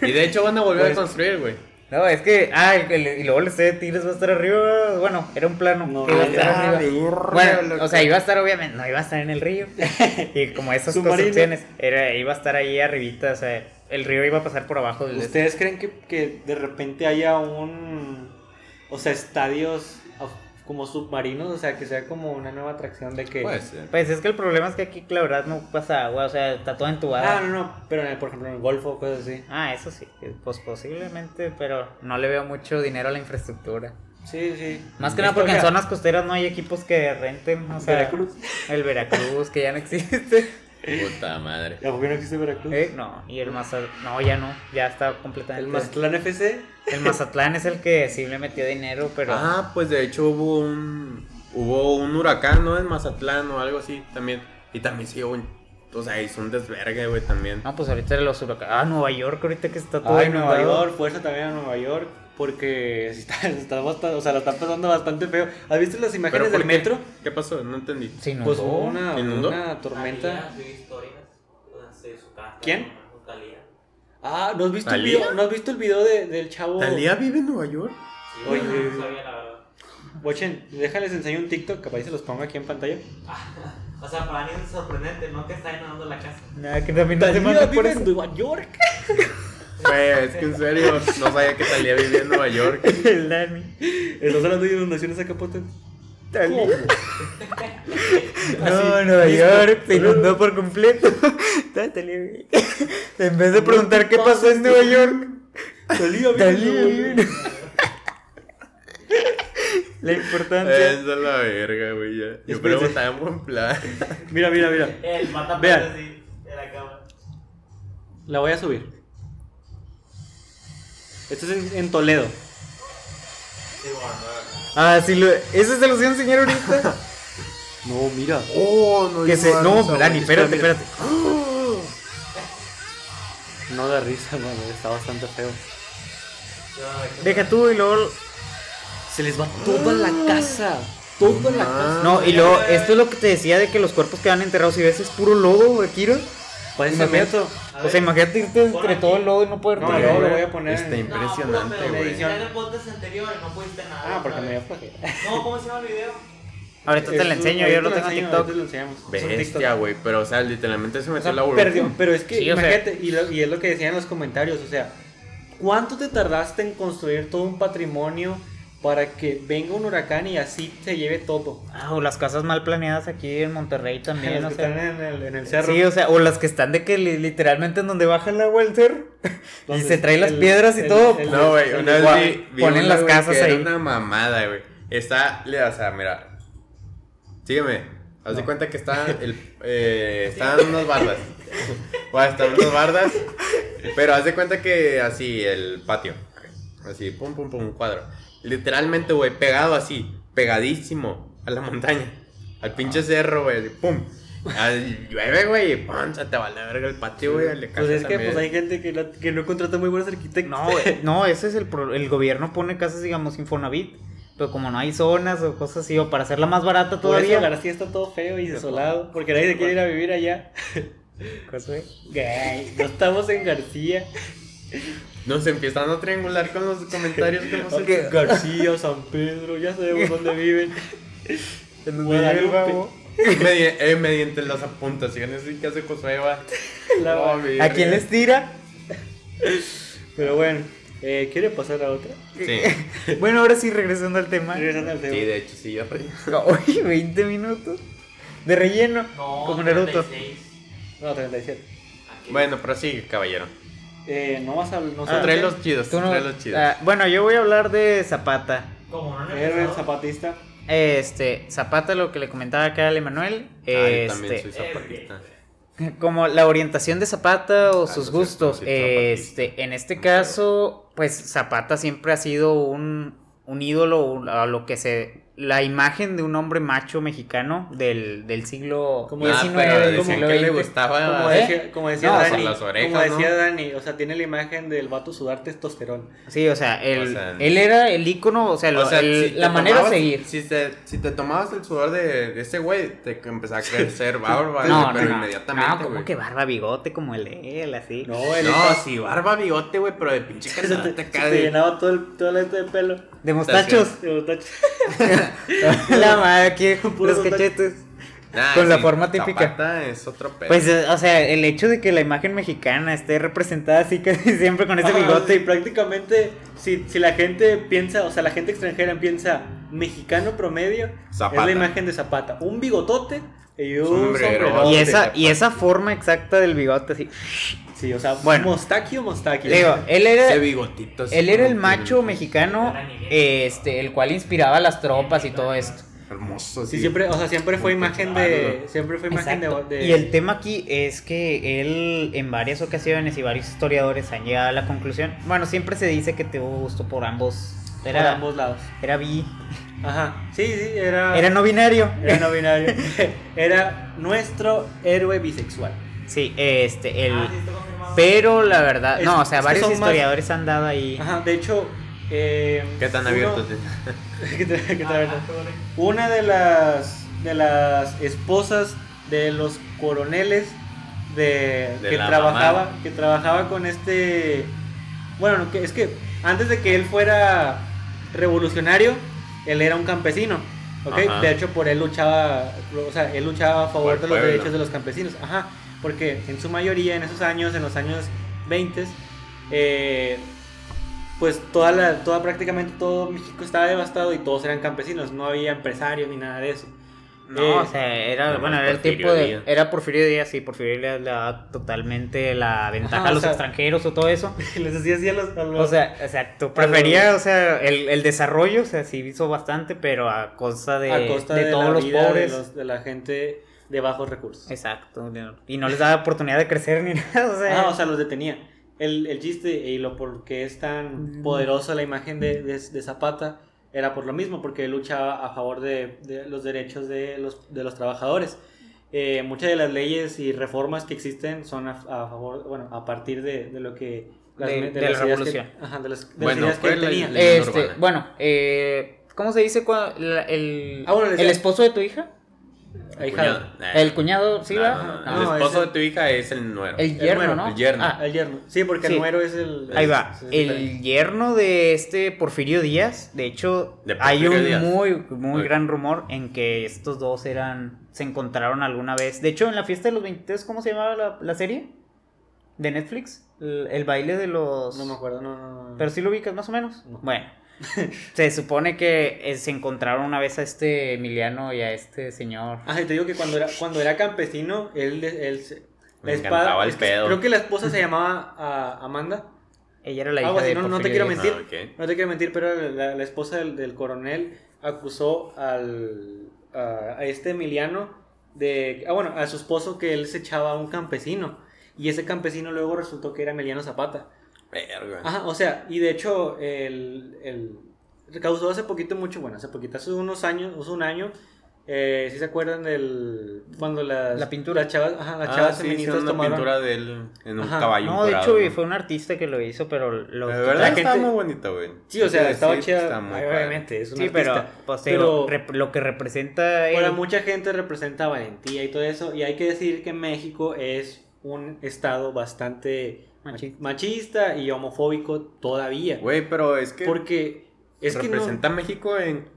Y de hecho van a volver
Pues-
a construir, güey.
No, es que, ah, el- el- y luego el estadio de Tigres va a estar arriba. Bueno, era un plano.
No,
que iba a estar
ah,
arriba.
verga,
Bueno,
loco.
o sea, iba a estar obviamente, no iba a estar en el río. Y como esas
Submarino.
construcciones, era, iba a estar ahí arribita, o sea, el río iba a pasar por abajo del este.
¿Ustedes creen que, que de repente haya un. O sea, estadios af- como submarinos? O sea, que sea como una nueva atracción de que.
Puede ser.
Pues es que el problema es que aquí, la verdad, no pasa agua, o sea, está todo entubada.
ah, no, no, pero en el- por ejemplo en el Golfo, cosas así.
Ah, eso sí, pues posiblemente, pero no le veo mucho dinero a la infraestructura.
Sí, sí.
Más
Esto
que nada porque en
ya-
zonas costeras no hay equipos que renten, o sea,
Veracruz.
el Veracruz, que ya no existe.
Puta madre.
¿Y ¿A poco no existe Veracruz?
Eh, No, y el Mazatlán, no, ya no, ya está completamente.
El Mazatlán FC.
el Mazatlán es el que sí le metió dinero, pero...
Ah, pues de hecho hubo un hubo un huracán, ¿no? En Mazatlán o algo así también. Y también sí hubo un, o sea, hizo un desvergue, güey, también.
Ah,
No, pues ahorita los huracanes. Ah, Nueva York, ahorita que está todo
Ay, Nueva
inundado.
York, fuerza también a Nueva York. Porque sí está, está bastante, o sea, la está pasando bastante feo. ¿Has visto las
¿Pero
imágenes
por
del
qué?
metro?
¿Qué pasó? No entendí.
Se inundó.
Pues hubo una,
¿Inundó?
una tormenta.
Talía, vi historias, o sea, su casa,
¿Quién?
Talía.
Ah, ¿no has visto, el
¿Talía?
video, ¿no has visto el video de- del chavo?
¿Talía vive en Nueva York?
Sí,
Oye.
yo no sabía la verdad.
Bochen, déjales enseño un TikTok, capaz se los pongo aquí en pantalla.
O sea, para mí es sorprendente, no que está inundando la casa.
Nada, que también no se manda por eso.
Nueva York.
Güey, es que en serio, no sabía que Talía vivía en Nueva York.
El Dani.
¿Estás hablando de inundaciones acá, Potter?
Talía. No,
Así,
Nueva
listo.
York se inundó por completo. Talía vive- en vez de preguntar qué pasó en Nueva York,
Talía, vive en
Talía
Nueva
vive-
York.
La importancia.
Esa Eh, es la verga, güey. ya. Yo
Espérense.
creo que estaba en buen plan.
Mira, mira, mira.
El mata
Vean.
así de la cámara.
La voy a subir. Esto es en, en Toledo.
Sí, bueno,
Ah, sí, lo... eso se los iba a enseñar ahorita.
No, mira.
Oh, no.
que se... No, Dani, espérate, espérate.
No da risa, mano. Está bastante feo.
yo-
Deja tú y luego
Se les va toda la casa. Toda
Ah.
la casa.
No, y luego, esto es lo que te decía de que los cuerpos quedan enterrados y ves es puro lodo, Akira.
Parece
Imagínate-
cemento.
A
O sea,
ver.
imagínate irte entre todo el lodo y no poder
No,
correr.
no, lo voy a poner.
Está
en-
No,
impresionante,
pero me
güey.
dijiste en el podcast anterior, no pudiste nada.
Ah, porque
otra
me dio
vez.
flojera.
No, ¿cómo se llama el video?
Ahorita te lo enseño, yo
Ahorita
lo tengo en
enseño,
TikTok.
ahorita lo enseñamos. Es un TikTok.
Bestia, güey. Pero, o sea, literalmente se
O
metió
sea,
en la burbuja.
perdió, pero es que
Sí, o sea-
imagínate, y, lo- y es lo que decían en los comentarios, o sea, ¿cuánto te tardaste en construir todo un patrimonio para que venga un huracán y así se lleve todo?
Ah, o las casas mal planeadas aquí en Monterrey también,
Los
o
que
sea.
están en el, en el cerro.
Sí, o sea, o las que están de que li- literalmente en donde baja el agua el cerro y
Entonces,
se trae las
el-
piedras y
el-
todo.
el-
No, güey, una
Guau,
vez vi, vi
ponen
una,
las
güey,
casas
que era
ahí.
una mamada, güey. Está, le- o sea, mira. Sígueme. Haz de cuenta que está el, eh, están unas bardas. Bueno, están unas bardas. Pero haz de cuenta que así el patio. Así, pum, pum, pum, un cuadro. Literalmente, güey, pegado así. Pegadísimo a la montaña. Al
Ah.
pinche cerro, güey. así, Pum. Al- llueve, güey. y pum, se te va la verga el patio, güey. le
Pues
cae
es que
también.
pues, hay gente que no, que no contrata muy buenos arquitectos.
No, güey, no, ese es el pro- el gobierno pone casas, digamos, Infonavit, pero como no hay zonas o cosas así, o para hacerla más barata
Por eso
todavía.
García está todo feo y desolado, porque nadie se quiere ir a vivir allá.
¿Cuál fue?
Gay, no estamos en García.
Nos empiezan a triangular con los comentarios que hemos hecho.
García, San Pedro, ya sabemos dónde viven.
En
donde
un
vive el babo.
Medi- eh, mediante las apuntaciones que hace Josueva.
La-
Oh,
¿A
verga.
quién les tira?
Pero bueno, eh, ¿quiere pasar a otra?
Sí.
Bueno, ahora sí, regresando al tema.
Regresando al tema.
Sí, de hecho, sí, yo reí.
Uy, 20 minutos de relleno.
No,
como Naruto.
36.
No, 37.
Aquí.
Bueno, prosigue, caballero.
Eh, no vas a no
Son
sé.
tres los chidos,
Ah, Tú no-
Ah, trae los chidos.
Ah, bueno, yo voy a hablar de Zapata.
Como no han
Héroe,
empezado.
zapatista.
Este, Zapata, lo que le comentaba acá al Emanuel.
Ah, yo
este,
también soy zapatista.
como la orientación de Zapata o
Ah,
sus
no es cierto,
gustos.
sí, zapatista.
este, en este caso, pues Zapata siempre ha sido un, un ídolo, un- a lo que se. La imagen de un hombre macho mexicano del, del siglo
Como
Ah,
XIX,
pero
del
decían
siglo
que le
XX.
Como,
gustaba.
¿Eh?
decía, como decía
No, por
Dani,
las orejas,
como decía
¿no?
Dani, o sea, tiene la imagen del vato sudar testosterona.
Sí, o sea, él,
O sea,
él era el ícono, o sea, lo-
O sea,
el-
si te
la manera
tomabas-
de seguir.
Si te, si te tomabas el sudor de, de ese güey, te empezaba a crecer barba,
No, no,
pero
no.
inmediatamente,
No, como
güey.
que barba, bigote, como el de él, así.
No, él
No,
está-
sí, barba, bigote, güey, pero de pinche
se te,
calzante
se
acá
te
de-
llenaba todo el, todo el este de pelo.
De mostachos.
De botacha.
la madre, aquí,
Puros
los
mostachos.
cachetes.
Nah,
Con la forma típica.
Zapata es otro pedo.
Pues, eh, o sea, el hecho de que la imagen mexicana esté representada así casi siempre con ese
Ajá,
bigote.
sí, prácticamente, si, si la gente piensa, o sea, la gente extranjera piensa mexicano promedio,
Zapata.
es la imagen de Zapata. Un bigotote y un
Sombrero.
sombrero.
y
sí,
esa,
capaz.
y esa forma exacta del bigote, así.
Sí, o sea,
Bueno.
mostaquio, mostaquio.
Le Digo, él
Ese
era,
bigotito. así
eh, él era el
como
macho
que-
mexicano, este, el cual inspiraba a las tropas y todo esto.
Hermoso,
Sí, siempre, o sea, siempre fue imagen de, siempre fue imagen de,
Exacto.
de-
Y el tema aquí es que él en varias ocasiones y varios historiadores han llegado a la conclusión, bueno, siempre se dice que tuvo gusto por ambos,
por
era,
ambos Ah. lados.
era bi,
Ajá. Sí, sí, era
era no binario.
era no binario. era nuestro héroe bisexual.
Sí, este, el...
Ah, sí, está confirmado.
Pero la verdad, no, o sea,
Es que
varios
son más-
historiadores han dado ahí.
Ajá, de hecho, eh,
¿Qué tan
uno-
abierto? sí?
¿Qué tal- qué
Ah,
tal, verdad?
ah, sobre-
Una de las de las esposas de los coroneles de,
De
que
la
trabajaba
mamá.
que trabajaba con este bueno que, es que antes de que él fuera revolucionario él era un campesino ¿ok?
Ajá.
de hecho por él luchaba o sea él luchaba a favor
Por
de los
pueblo.
derechos de los campesinos ajá porque en su mayoría en esos años en los años 20 eh, pues toda la, toda prácticamente todo México estaba devastado y todos eran campesinos, no había empresarios ni nada de eso.
No,
Eh,
o sea, era,
no,
bueno, era el
Porfirio
tiempo de...
Díaz.
Era Porfirio Díaz, sí, Porfirio Díaz le daba totalmente la ventaja
Ajá,
a
o
los
sea-
extranjeros o todo eso.
Les hacía así a los, a los-
O sea, exacto, prefería, o sea, el, el desarrollo, o sea, sí hizo bastante, pero a costa de,
a costa
de
de,
todos
la
los
vida de
pobres.
los- de la gente de bajos recursos.
Exacto, no, y no les daba oportunidad de crecer ni nada, o sea...
Ajá, Ah, o sea, los detenía. El, el chiste y lo por qué es
Mm.
tan poderosa la imagen de, de- de Zapata era por lo mismo, porque él luchaba a favor de, de los derechos de los, de los trabajadores. Eh, muchas de las leyes y reformas que existen son a, a favor, bueno, a partir de, de lo que... las
De-
me-
de la
las ideas que-
revolución.
ajá, de las, de las
Bueno,
ideas que
fue
él
la-
tenía.
la- leyenda
este,
urbana.
bueno, eh, ¿cómo se dice cua- la- el,
Ah, bueno,
el
decía-
esposo de tu hija?
Ahí,
Cuñado.
jala.
Nah.
¿El cuñado? ¿Sí,
No,
va?
no, no,
Ah,
El
No,
esposo
ese-
de tu hija es el nuero.
El yerno,
nuero,
¿no?
el yerno.
Ah,
El yerno. Sí, porque
Sí.
el nuero es el...
Ahí
es-
va.
es diferente.
El yerno de este Porfirio Díaz. De hecho,
De
hay
Porfirio
un
Díaz.
muy, muy
Ok.
gran rumor en que estos dos eran. se encontraron alguna vez. De hecho, en la fiesta de los 23, ¿cómo se llamaba la, la serie? De Netflix. El, el baile de los.
No me acuerdo, no, no, no.
Pero sí lo ubicas más o menos.
No.
Bueno. se supone que eh, se encontraron una vez a este Emiliano y a este señor.
Ah, y te digo que cuando era, cuando era campesino, él, él se-
Me encantaba el
es que
pedo.
Creo que la esposa se llamaba ah, Amanda.
Ella era la
Ah,
hija
bueno,
de
no- no te
Porfirio
quiero
Díaz.
mentir.
Ah, ok.
No te quiero mentir, pero la, la esposa del, del coronel acusó al a, a este Emiliano de ah, bueno, a su esposo que él se echaba a un campesino y ese campesino luego resultó que era Emiliano Zapata.
Verga.
Ajá, o sea, y de hecho, el, el- causó hace poquito, mucho, bueno, hace poquito, hace unos años, hace un año, Eh, ¿Sí se acuerdan del. cuando las.
La pintura.
Las chavas, ajá, las
Ah,
chavas
sí,
feministas
hicieron una
tomaron.
pintura de él en un
Ajá.
caballo.
No, de hecho,
encuerado,
güey,
¿no?
fue un artista que lo hizo, pero lo
La verdad
la
estaba
gente-
muy bonita, güey.
Sí, o sea, estaba
sí,
chida.
está muy
ay,
padre.
obviamente, es una
Sí, pero, pues, te digo,
Pero-
rep- lo que representa él-
Para mucha gente representa valentía y todo eso. Y hay que decir que México es un estado bastante
Machista.
machista y homofóbico todavía.
Güey, pero es que
Porque es que no.
representa a México en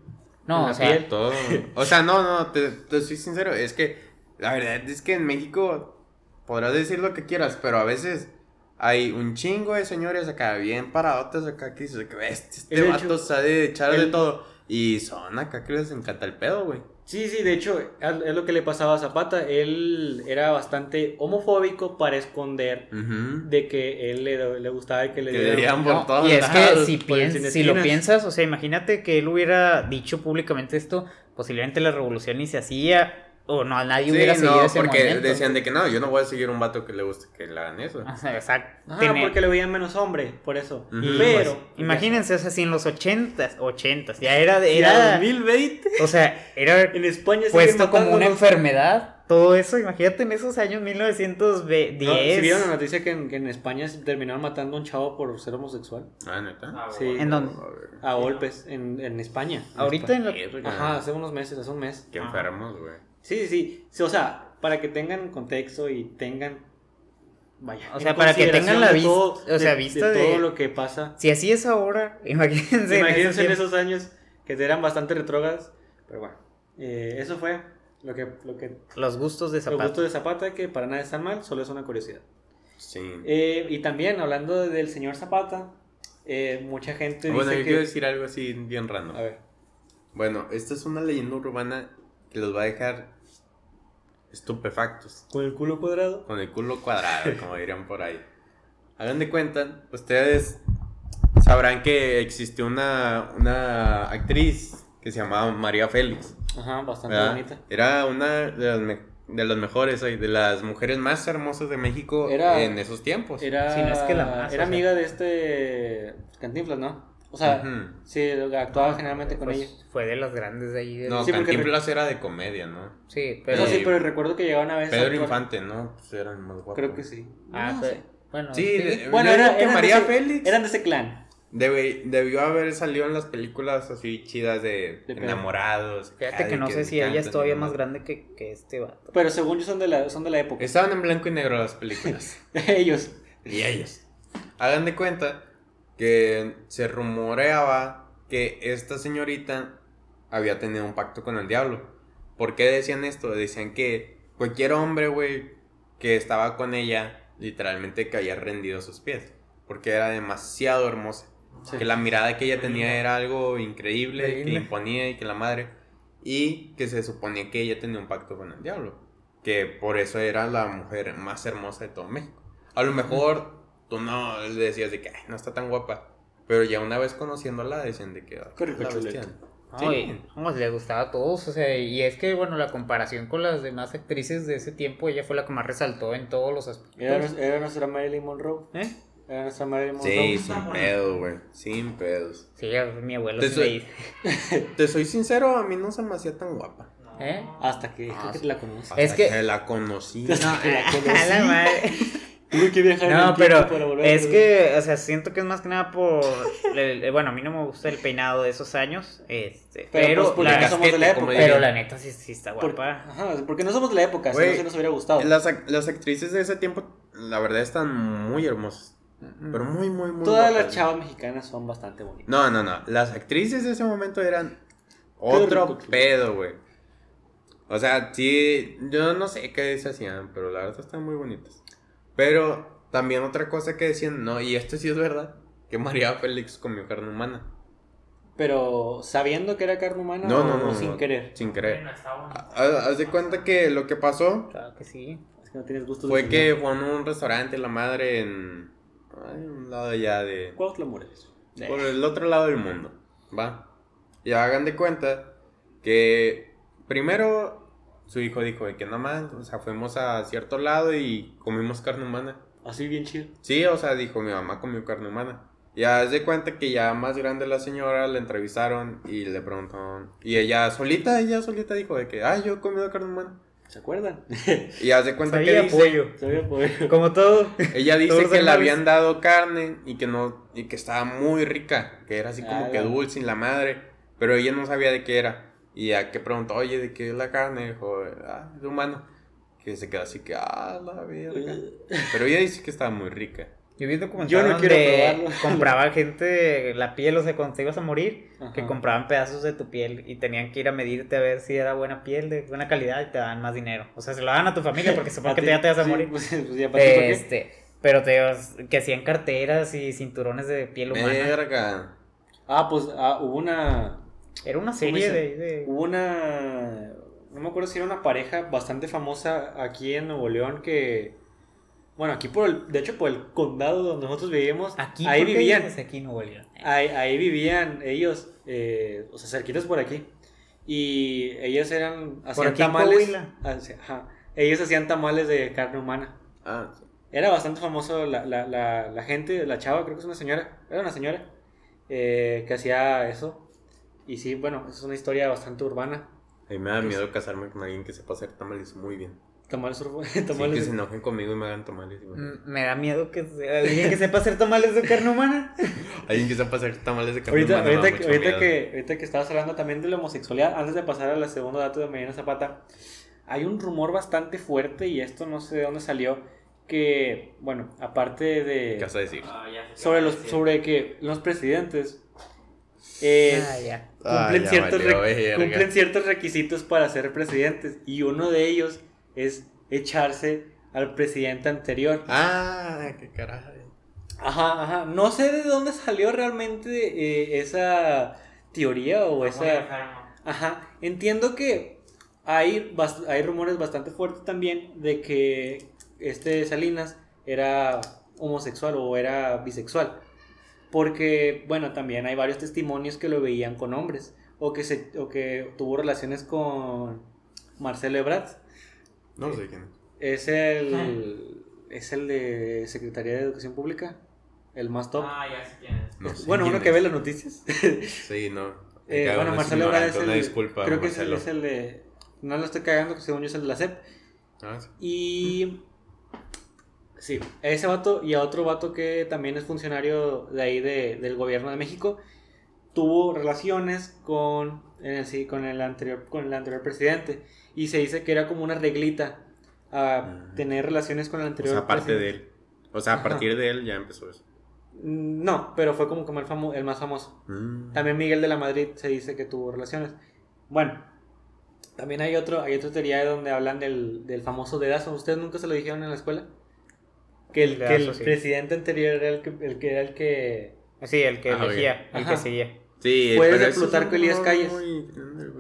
No,
en
o
la
sea,
piel, todo. O sea, no, no, te, te soy sincero, es que la verdad es que en México podrás decir lo que quieras, pero a veces hay un chingo de señores acá bien paradotes acá que dices que "Este- este
El hecho-
vato sabe echar de
el-
todo y son acá que les encanta el pedo, güey.
Sí, sí, de hecho, es lo que le pasaba a Zapata. Él era bastante homofóbico para esconder
Ujú.
de que él le, le gustaba que le
Que
dieran-
le digan
no,
por todos
y es que
lados,
si,
por
piens-
el cine
si lo
esquinas.
piensas, o sea, imagínate que él hubiera dicho públicamente esto, posiblemente la revolución ni se hacía, o no, a nadie hubiera
Sí,
seguido
no,
ese
porque
movimiento. Ah.
decían de que no, yo no voy a seguir un vato que le guste que le hagan eso.
O sea, exacto.
Ajá,
Tener-
porque lo veían menos hombre, por eso.
Ujú.
y,
Pero.
pues, imagínense, o sea, si en los 80s, 80s, ya era, de-
Era
era,
2020.
o sea, era
En España siguen
puesto como una
matándonos.
enfermedad, todo eso, imagínate en esos años 1910.
No, ¿sí vieron la noticia que en, que en España se terminaron matando a un chavo por ser homosexual?
Ah, neta.
Ah,
Sí.
bueno.
¿En dónde?
A ver,
A golpes, en, en España.
Ahorita en la-
Verga.
Ajá, hace unos meses, hace un mes.
Qué enfermos, güey.
Sí, sí, sí, sí. O sea, para que tengan contexto y tengan. Vaya.
O
en
sea, para que tengan
consideración
la
de
vis-
todo-
o sea, vista de-
todo lo que pasa.
Si así es ahora, imagínense. en
Imagínense en
esos
esos años que eran bastante retrógradas. Pero bueno, eh, eso fue lo que, lo que
tiempos. Los gustos de
Los
zapato.
gustos de Zapata, que para nada están mal, solo es una curiosidad.
Sí.
Eh, y también, hablando del señor Zapata, eh, mucha gente
Ah, Bueno, yo
dice
quiero
que...
decir algo así bien random.
A ver,
Bueno, esta es una leyenda urbana que los va a dejar estupefactos,
con el culo cuadrado.
con el culo cuadrado, como dirían por ahí. Hagan de cuenta, ustedes sabrán que existió una, una actriz que se llamaba María Félix.
Ajá, bastante
¿verdad?
Ah, bonita.
Era una de las, me- de las mejores, ay, de las mujeres más hermosas de México
Era-
en esos tiempos.
Era,
Sí, no es que la más,
era
o sea.
amiga de este Cantinflas, ¿no? O sea,
Ujú.
sí,
Ah,
actuaba generalmente con ella.
Pues, fue de las grandes de ahí. de-
No,
eh, Sí, porque-
Cantinflas era de comedia, ¿no?
Sí,
Pero,
pero.
sí, pero recuerdo que llegaba una vez... a
Pedro
actuar-
Infante, ¿no? Pues era el más guapo.
Creo que sí.
Ah,
No
pero-
sé.
Bueno,
Sí,
sí.
de-
Bueno,
yo
era,
digo que
eran de
María
ese-
Félix.
Eran de ese clan.
Debe- debió haber salido en las películas así chidas de,
De pedo.
enamorados.
Fíjate
ay,
que no sé si
encantan
ella es todavía
y
más
demás.
grande que, que este vato.
Pero según yo son de la, son de la época.
Estaban en blanco y negro las películas.
Ellos.
y ellos. Hagan de cuenta que se rumoreaba que esta señorita había tenido un pacto con el diablo. ¿Por qué decían esto? Decían que cualquier hombre, güey, que estaba con ella, literalmente caía rendido a sus pies. Porque era demasiado hermosa.
Sí.
Que la mirada que ella tenía era algo increíble, que
Increíble.
imponía y que la madre. Y que se suponía que ella tenía un pacto con el diablo. Que por eso era la mujer más hermosa de todo México. A lo mejor tú no le decías de que "Ay, no está tan guapa. Pero ya una vez conociéndola decían de que... "Ah,
Qué rico
la
chuleta".
bestia". Sí.
Ay, vamos, le gustaba a todos. O sea, y es que, bueno, la comparación con las demás actrices de ese tiempo, ella fue la que más resaltó en todos los aspectos.
Era, era nuestra Marilyn Monroe.
¿Eh?
Era nuestra Marilyn Monroe.
Pues- Sí, sin pedo, güey. Sin pedos.
Sí, a mi abuelo
Te
sí
soy-
le dice.
Te soy sincero, a mí no se me hacía tan guapa.
¿Eh?
Hasta que,
Ah,
creo que
sí.
te la conoces.
Hasta
Es que-
la conocí.
Hasta que la
A la
conocí.
madre.
Tuve que viajar en el
No,
tiempo
pero
para volver a
es
conocer.
que, o sea, siento que es más que nada por. el- el- bueno, a mí no me gusta el peinado de esos años. Este,
Pero,
pero,
pues, porque
la,
no somos de la
casquete, como
época.
pero la neta sí, sí está
Por-
guapa.
ajá, porque no somos de la época, si
Güey,
no se nos hubiera gustado.
Las, ac- las actrices de ese tiempo, la verdad, están muy hermosas. Pero muy, muy, muy
Todas las
guapas.
chavas mexicanas son bastante bonitas.
No, no, no. Las actrices de ese momento eran
rico,
otro
tío.
pedo, güey. O sea, sí, yo no sé qué se hacían, pero la verdad están muy bonitas. Pero también otra cosa que decían, no, y esto sí es verdad, que María Félix comió carne humana.
Pero sabiendo que era carne humana
No,
o
no, no.
sin
no,
querer.
Sin
Bueno,
querer.
está bueno.
Ha- ha- Haz de cuenta que lo que pasó
Claro que sí.
Es que no tienes gusto
fue que fue en un restaurante la madre en. ay, un lado allá de.
Cuautla Morelos.
Por el otro lado del mundo, ¿va? Y hagan de cuenta que primero su hijo dijo de que no más, o sea, fuimos a cierto lado y comimos carne humana.
Así bien chido.
Sí, o sea, dijo mi mamá comió carne humana. Ya haz de cuenta que ya más grande la señora la entrevistaron y le preguntaron. Y ella solita, ella solita dijo de que, ah, yo he comido carne humana.
¿Se acuerdan?
Y haz de cuenta que
Sabía
dice-
pollo.
Sabía por
Como todo.
ella dice
Todos
que le
animales.
habían dado carne y que no y que estaba muy rica, que era así como
Ah,
que
la-
dulce y la madre, pero ella no sabía de qué era. Y a que preguntó, "Oye, ¿de qué es la carne?" dijo, "Ah, de humano." Que se quedó así que, "Ah, la verga." Pero ella dice que estaba muy rica.
Yo vi un documental
Yo no quiero
donde
probarlo.
compraba gente la piel, o sea, cuando te ibas a morir,
Ajá.
que compraban pedazos de tu piel y tenían que ir a medirte a ver si era buena piel, de buena calidad y te daban más dinero. O sea, se lo daban a tu familia porque supongo que te- ya te vas a
Sí,
morir.
Pues, pues ya para ti, ¿para qué?
este, pero te que hacían carteras y cinturones de piel humana.
Verga.
Ah, pues ah, hubo una.
Era una
dice?
serie de, de-
Hubo una. No me acuerdo si era una pareja bastante famosa aquí en Nuevo León que. Bueno, aquí por el. De hecho, por el condado donde nosotros vivimos.
Aquí
ahí
¿por qué
vivían.
dices Aquí no volvieron.
Ahí, ahí vivían ellos. eh, o sea, cerquitas por aquí. Y ellas eran. Hacían
aquí en
tamales.
Coahuila.
hacia- ajá. ellos hacían tamales de carne humana.
Ah, sí.
Era bastante famoso la, la, la, la gente, la chava, creo que es una señora, era una señora eh, que hacía eso. Y sí, bueno, es una historia bastante urbana.
a mí me
Pues
da miedo casarme con alguien que sepa hacer tamales muy bien.
Tamales Mm. urbanos.
Sí, que se enojen conmigo y me hagan tamales. güey.
M- Me da miedo que sea alguien que sepa hacer tamales de carne humana.
Ah,
Alguien que sepa hacer tamales de carne
Ahorita,
humana me da
ahorita, que-
mucho
ahorita
miedo.
que, ahorita que estabas hablando también de la homosexualidad, antes de pasar a la segunda dato de Mariana Zapata, hay un rumor bastante fuerte, y esto no sé de dónde salió, que, bueno, aparte de...
¿Qué vas a decir?
Ah, ya sé qué
Sobre,
vas a
los,
decir.
sobre que los presidentes... eh,
Ah, ya.
Ah,
cumplen,
ya
ciertos
valió,
re-
verga.
cumplen ciertos requisitos para ser presidentes y uno de ellos es echarse al presidente anterior.
Ah, qué carajo.
Ajá, ajá. No sé de dónde salió realmente eh, esa teoría o
Muy
esa...
enfermo.
Ajá. Entiendo que hay, bas- hay rumores bastante fuertes también de que este Salinas era homosexual o era bisexual. Porque, bueno, también hay varios testimonios que lo veían con hombres. O que, se, o que tuvo relaciones con Marcelo Ebrard.
No sé quién es.
Es el, es el de Secretaría de Educación Pública. El más top.
Ah, ya sé quién es.
No sé
Eh, bueno,
quién
uno que
es.
ve las noticias.
Sí, no.
Eh,
Cada
bueno,
uno es
Marcelo Ebrard es
ignorante,
el.
Una disculpa,
creo que es el-
Marcelo.
es el de. No lo estoy cagando, que según yo es el de la CEP.
Ah, sí.
Y. Sí, a ese vato y a otro vato que también es funcionario de ahí de- del gobierno de México tuvo relaciones con, en el, sí, con, el anterior, con el anterior presidente y se dice que era como una reglita a
Ah.
tener relaciones con el
O
anterior
sea, aparte
presidente.
de él. O sea, a
Ajá.
partir de él ya empezó eso.
Mm, No, pero fue como, como el, famo- el más famoso.
Mm.
También Miguel de la Madrid se dice que tuvo relaciones. Bueno, también hay otro, hay otra teoría donde hablan del, del famoso dedazo. ¿Ustedes nunca se lo dijeron en la escuela? Que el,
El
que el
dedazo, sí.
presidente anterior era el que, el que era el que
Sí, el que
Ah,
elegía, el
Ajá.
que seguía.
Sí,
Fue
pero
de
eso es
Plutarco
un
Elías
rumor
Calles.
muy-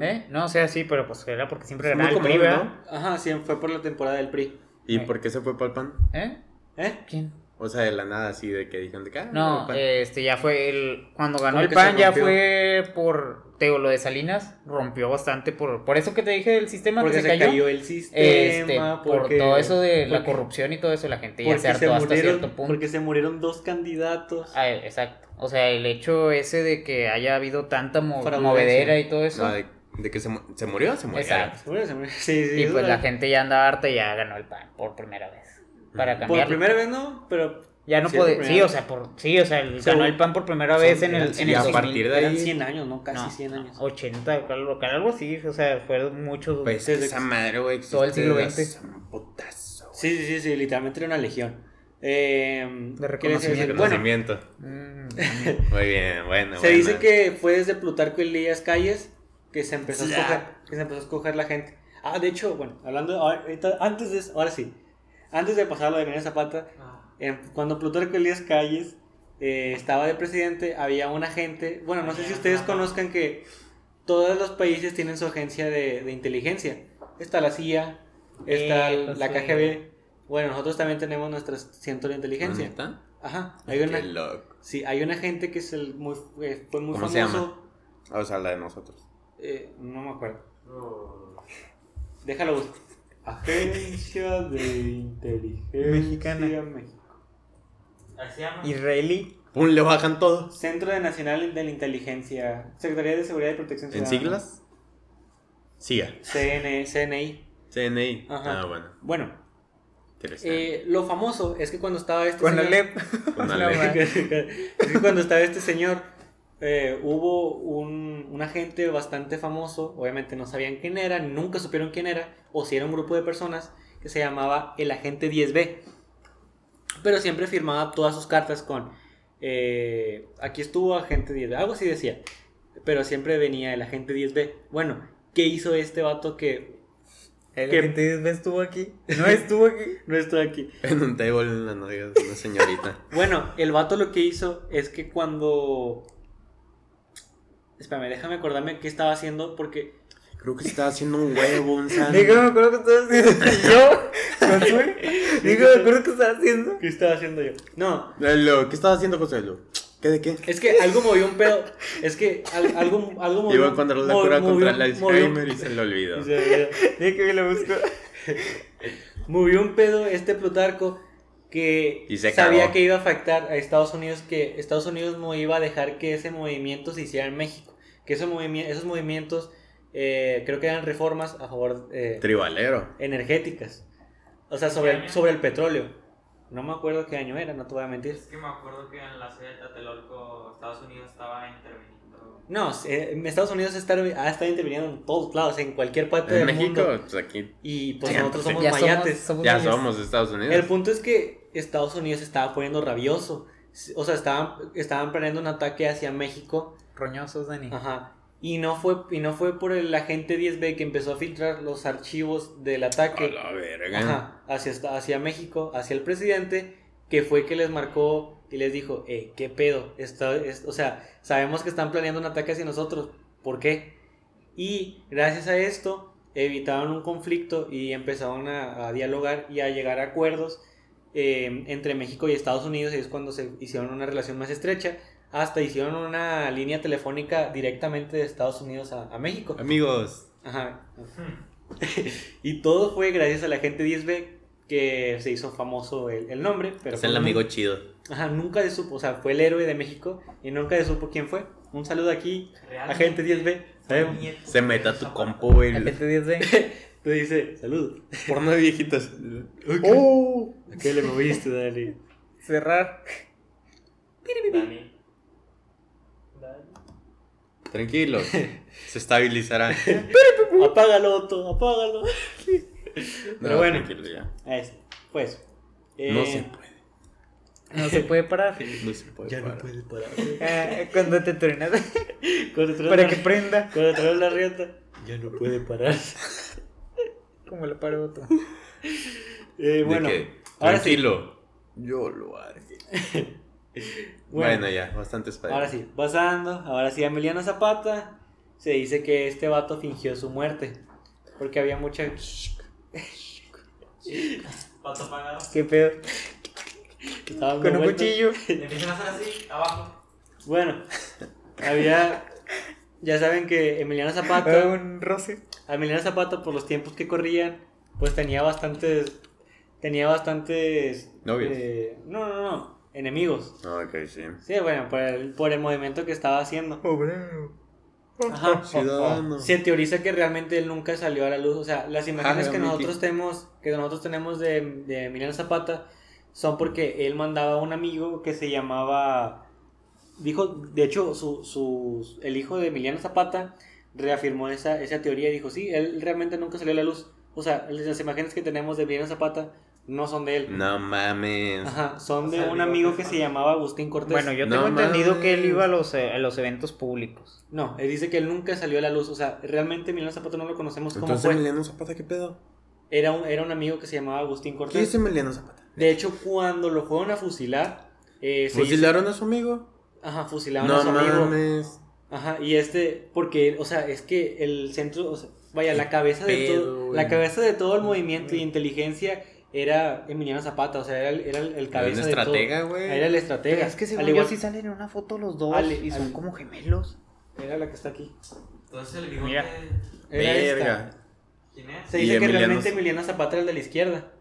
¿Eh? No, o sea, sí, pero pues era porque siempre
Es
ganaba
muy
el PRI,
común,
¿verdad?
¿no?
ajá, sí, fue por la temporada del PRI.
¿Y
Eh.
por qué se fue para el pan?
¿Eh?
¿Eh?
¿Quién?
O sea, de la nada, así de que dijeron de que. ah, el
No,
PAN.
este ya fue el cuando ganó
Como
el
que se
PAN ya
rompió.
fue por teo lo de Salinas rompió bastante por por eso que te dije del sistema
Porque
que se, cayó.
el sistema,
este, por
porque-
todo eso de la
porque-
corrupción y todo eso la gente ya
porque
se
se
hartó hasta
murieron-
cierto punto.
Porque se murieron dos candidatos.
Ah, eh, exacto. O sea, el hecho ese de que haya habido tanta mo-
Fraudencia.
movedera y todo eso.
No, de, de que se, mu- se murió, se murió.
Exacto.
Se murieron, se murieron. Sí, sí,
y
eso
pues
era-
la gente ya andaba harta y ya ganó el PAN por primera vez. Para
Por
Por
cambiar.
primera vez no, pero
Ya no
Sí, por
podía.
primera
Sí, o
vez.
sea, por, sí, o sea, el-
Según-
ganó el PAN por primera vez en el,
Sí,
en
y
el
a
2000.
partir de
eran
ahí.
100 años, ¿no? Casi
No,
100 años.
80, algo, algo así, o sea, fue mucho.
Pues
Desde
esa
que-
madre, güey.
todo el
existe
siglo
desde
XX.
hace un Putazo.
Sí, sí, sí, sí, literalmente era una legión. Eh,
De
¿qué les iba a decir?
reconocimiento.
Bueno,
Reconocimiento.
Mm,
Muy bien, bueno.
se dice
bueno.
que fue desde Plutarco Elías Calles que se empezó a
Ya.
escoger, que se empezó a escoger la gente. Ah, de hecho, bueno, hablando ahorita- antes de eso, ahora sí, antes de pasar a lo de Mariano Zapata,
Ah,
en- cuando Plutarco Elías Calles eh, estaba de presidente, había una gente, bueno, no sé si ustedes conozcan que todos los países tienen su agencia de, de inteligencia. Está la CIA, está
Eh, pues
la
sí.
KGB. Bueno, nosotros también tenemos nuestro centro de
¿Ah,
inteligencia.
neta?
Ajá, hay
Qué
una,
loco.
sí, hay una gente que es el muy, eh, fue muy
¿Cómo
famoso.
se llama? O sea, la de nosotros.
eh, no me acuerdo.
uh,
Déjalo buscar. Agencia de inteligencia
Mexicana.
Mex-
así llama.
Israelí.
pum, le bajan todo.
Centro de Nacional de la Inteligencia, Secretaría de Seguridad y Protección
¿En
Ciudadana.
siglas? SIGA.
CN, CNI.
CNI.
Ajá.
Ah, bueno.
Bueno,
Interesante.
eh, lo famoso es que cuando estaba este
Con la
señor-
LEP.
Con la
La
ley.
verdad. Es que cuando estaba este señor, eh, hubo un, un agente bastante famoso, obviamente no sabían quién era, nunca supieron quién era, o si era un grupo de personas, que se llamaba el agente 10B. Pero siempre firmaba todas sus cartas con, eh, aquí estuvo agente 10B, algo así decía, pero siempre venía el agente 10B. Bueno, ¿qué hizo este vato que
El
¿Qué?
agente 10B estuvo aquí. No estuvo aquí.
no está aquí?
En un table en la novia de una señorita.
Bueno, el vato lo que hizo es que cuando. Espérame, déjame acordarme qué estaba haciendo porque.
Creo que se estaba haciendo un huevo, un sándwich.
Dígame, me acuerdo que estabas haciendo. Yo, Josué. Dígame, me acuerdo que estabas haciendo.
¿Qué estaba haciendo yo? No,
Lalo, ¿Qué estaba haciendo José Lu? ¿Qué de qué?
es que algo movió un pedo. Es que al- algo, algo movió.
Iba a encontrar la
movió-
cura
movió-
contra el
movió-
Alzheimer y se lo olvidó.
se-
Dije que lo busco.
movió un pedo este Plutarco que
Y se
sabía
cagó.
que iba a afectar a Estados Unidos, que Estados Unidos no iba a dejar que ese movimiento se hiciera en México. Que esos, movimi- esos movimientos eh, creo que eran reformas a favor eh,
Tribalero.
energéticas. O sea, sobre el, sobre el petróleo. No me acuerdo qué año era, no te voy a mentir.
Es que me acuerdo que en la ciudad de Tlatelolco, Estados Unidos estaba interviniendo.
No, eh, en Estados Unidos está, ha estado interviniendo en todos lados, en cualquier parte
¿En
del
México?
mundo.
Pues aquí.
Y pues
Sí,
nosotros
sí.
somos
Ya
mayates.
Ya somos de Estados Unidos.
El punto es que Estados Unidos se estaba poniendo rabioso. O sea, estaban, estaban planeando un ataque hacia México
Roñosos, Dani.
Ajá. Y no fue, y no fue por el agente 10B que empezó a filtrar los archivos del
A
ataque
la verga.
ajá, hacia, esta- hacia México, hacia el presidente, que fue que les marcó y les dijo, eh, ¿qué pedo? Está, es- o sea, sabemos que están planeando un ataque hacia nosotros, ¿por qué? Y gracias a esto evitaron un conflicto y empezaron a, a dialogar y a llegar a acuerdos eh, entre México y Estados Unidos, y es cuando se hicieron una relación más estrecha. Hasta hicieron una línea telefónica directamente de Estados Unidos a, a México.
Amigos,
Ajá.
Hmm.
Y todo fue gracias a la gente 10B que se hizo famoso el, el nombre. Pero
es el
pues,
amigo chido.
Ajá, nunca se supo, o sea, fue el héroe de México y nunca se supo quién fue. Un saludo aquí, agente 10B. Sabemos.
Nieto.
Se meta a tu compu, güey.
Agente 10B.
Te dice, salud.
Porno de viejitas.
¡Oh!
¿A qué le moviste, Dani?
Cerrar.
Dani.
Tranquilos. Se estabilizará.
Apágalo, Otto, apágalo. Pero
No,
bueno.
tranquilos ya.
Eso, pues.
No
eh,
se puede.
No se puede parar.
No se puede.
Ya no
parar.
puede parar.
Ah, cuando te truenas.
Cuando traes
Para
la-
que prenda.
Cuando traes la riata. Ya no puede parar.
Como lo paro otro.
Eh,
¿De
bueno,
qué?
ahora sí.
Tranquilo. Yo lo haré.
Bueno.
Bueno, ya, bastante spider
Ahora sí, pasando, ahora sí, Emiliano Zapata se dice que este vato fingió su muerte. Porque había mucha.
Pato apagado.
¿Qué pedo?
estaban
Con un
vueltas.
cuchillo.
Empiezan a hacer así, abajo.
Bueno, había. Ya saben que Emiliano
Ah,
Zapata,
Un roce.
Emiliano Zapata, por los tiempos que corrían, pues tenía bastantes. Tenía bastantes.
Novios.
eh, no, no, no, enemigos.
Ok, sí.
Sí, bueno, por el, por el movimiento que estaba haciendo.
Oh, Obrero.
Ajá.
Ciudadano.
Se teoriza que realmente él nunca salió a la luz. O sea, las imágenes
Ah,
que
Mickey.
nosotros tenemos, que nosotros tenemos de, de Emiliano Zapata son porque él mandaba a un amigo que se llamaba. Dijo, de hecho, su, su- el hijo de Emiliano Zapata reafirmó esa, esa teoría y dijo, sí, él realmente nunca salió a la luz. O sea, las imágenes que tenemos de Emiliano Zapata no son de él.
No mames.
Ajá, son
O
de
sea,
un
digo,
amigo
pues,
que se
no.
llamaba Agustín Cortés.
Bueno, yo
No
tengo entendido
mames.
que él iba a los, eh, a los eventos públicos.
No, él dice que él nunca salió a la luz. O sea, realmente Emiliano Zapata no lo conocemos como
Entonces,
fue.
Emiliano Zapata, ¿qué pedo?
Era un, era un amigo que se llamaba Agustín
¿Qué
Cortés.
es Emiliano Zapata?
De hecho, cuando lo fueron a fusilar, eh, se
¿Fusilaron a su amigo?
hizo- ajá, fusilaron a
No
su amigo.
mames.
Ajá, y este, porque, o sea, es que el centro, o sea, vaya, la cabeza de
pedo,
todo,
güey.
la cabeza de todo el movimiento y inteligencia era Emiliano Zapata, o sea, era el, era el- el
Era
cabeza
un
de todo.
estratega, güey.
Era el estratega.
es que según
al
yo
igual-
sí salen en una foto los dos
Al-
y son
al-
como gemelos.
Era la que está aquí.
Entonces el bigote.
Mira.
Era esta.
Verga.
¿Quién es?
Se
Y
dice que
Emiliano-
realmente Emiliano Zapata era el de la izquierda.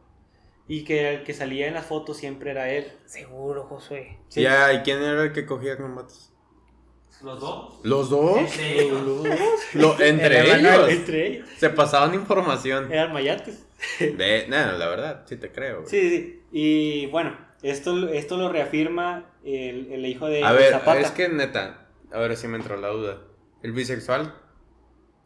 Y que el que salía en las fotos siempre era él.
Seguro, Josué.
Sí.
Ya, ¿y quién era el que cogía con vatos?
¿Los dos?
¿Los dos?
Entre ellos.
Lo- entre
El hermano
ellos.
Entre ellos.
Se pasaban información.
Eran mayates.
De, no, la verdad, sí te creo. güey.
Sí, sí, sí. Y bueno, esto, esto lo reafirma el, el hijo de
a ver,
Zapata.
es que neta, a ver si me entró la duda. ¿El bisexual?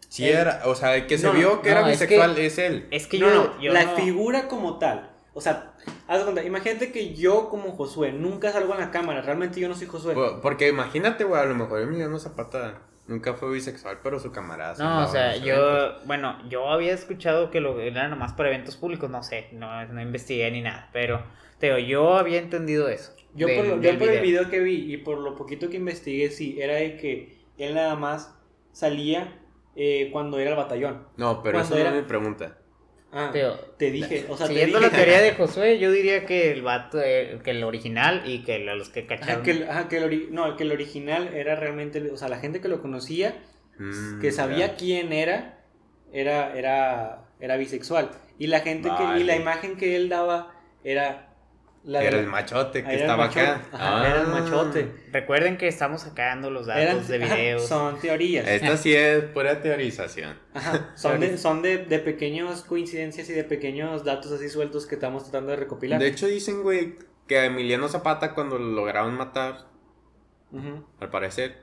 Sí
El-
era, o sea, el que se
No, Eh,
vio que
no,
era
es que-
bisexual es él.
Es que
no,
yo
no,
yo
la
no-
figura como tal. O sea, haz de cuenta, imagínate que yo como Josué nunca salgo en la cámara, realmente yo no soy Josué.
Po- Porque imagínate, güey, a lo mejor Emiliano Zapata nunca fue bisexual, pero su camarada. se
No,
andaba
o sea,
en los eventos.
yo, bueno, yo había escuchado que lo era nomás para eventos públicos, no sé, no, no investigué ni nada, pero te digo, yo había entendido eso.
Yo,
del-
por, lo- yo
del
por el video que vi y por lo poquito que investigué, sí, era de que él nada más salía eh, cuando era el batallón.
No, pero
¿Cuándo
esa
era?
no es mi pregunta.
Ah,
Te
te,
digo,
dije, o sea, te
Siguiendo
dije-
la teoría de Josué, yo diría que el vato, eh, que el original y que lo- los que
Ajá,
cacharon.
que, el- ajá, que el ori- no, que el original era realmente, o sea, la gente que lo conocía,
Mm,
que sabía
ya.
quién era, era, era, era bisexual. Y la gente que,
Vale.
y la imagen que él daba era la de
Era
la-
el machote
era
que
el
estaba
machote,
acá.
ajá, era el
Ah.
machote.
Recuerden que estamos sacando los
Eran-
datos de
ajá,
videos.
son teorías.
Esta sí es pura teorización.
Ajá, son de, son de, de pequeñas coincidencias y de pequeños datos así sueltos que estamos tratando de recopilar.
De hecho, dicen, güey, que a Emiliano Zapata, cuando lo lograron matar,
Ujú.
al parecer,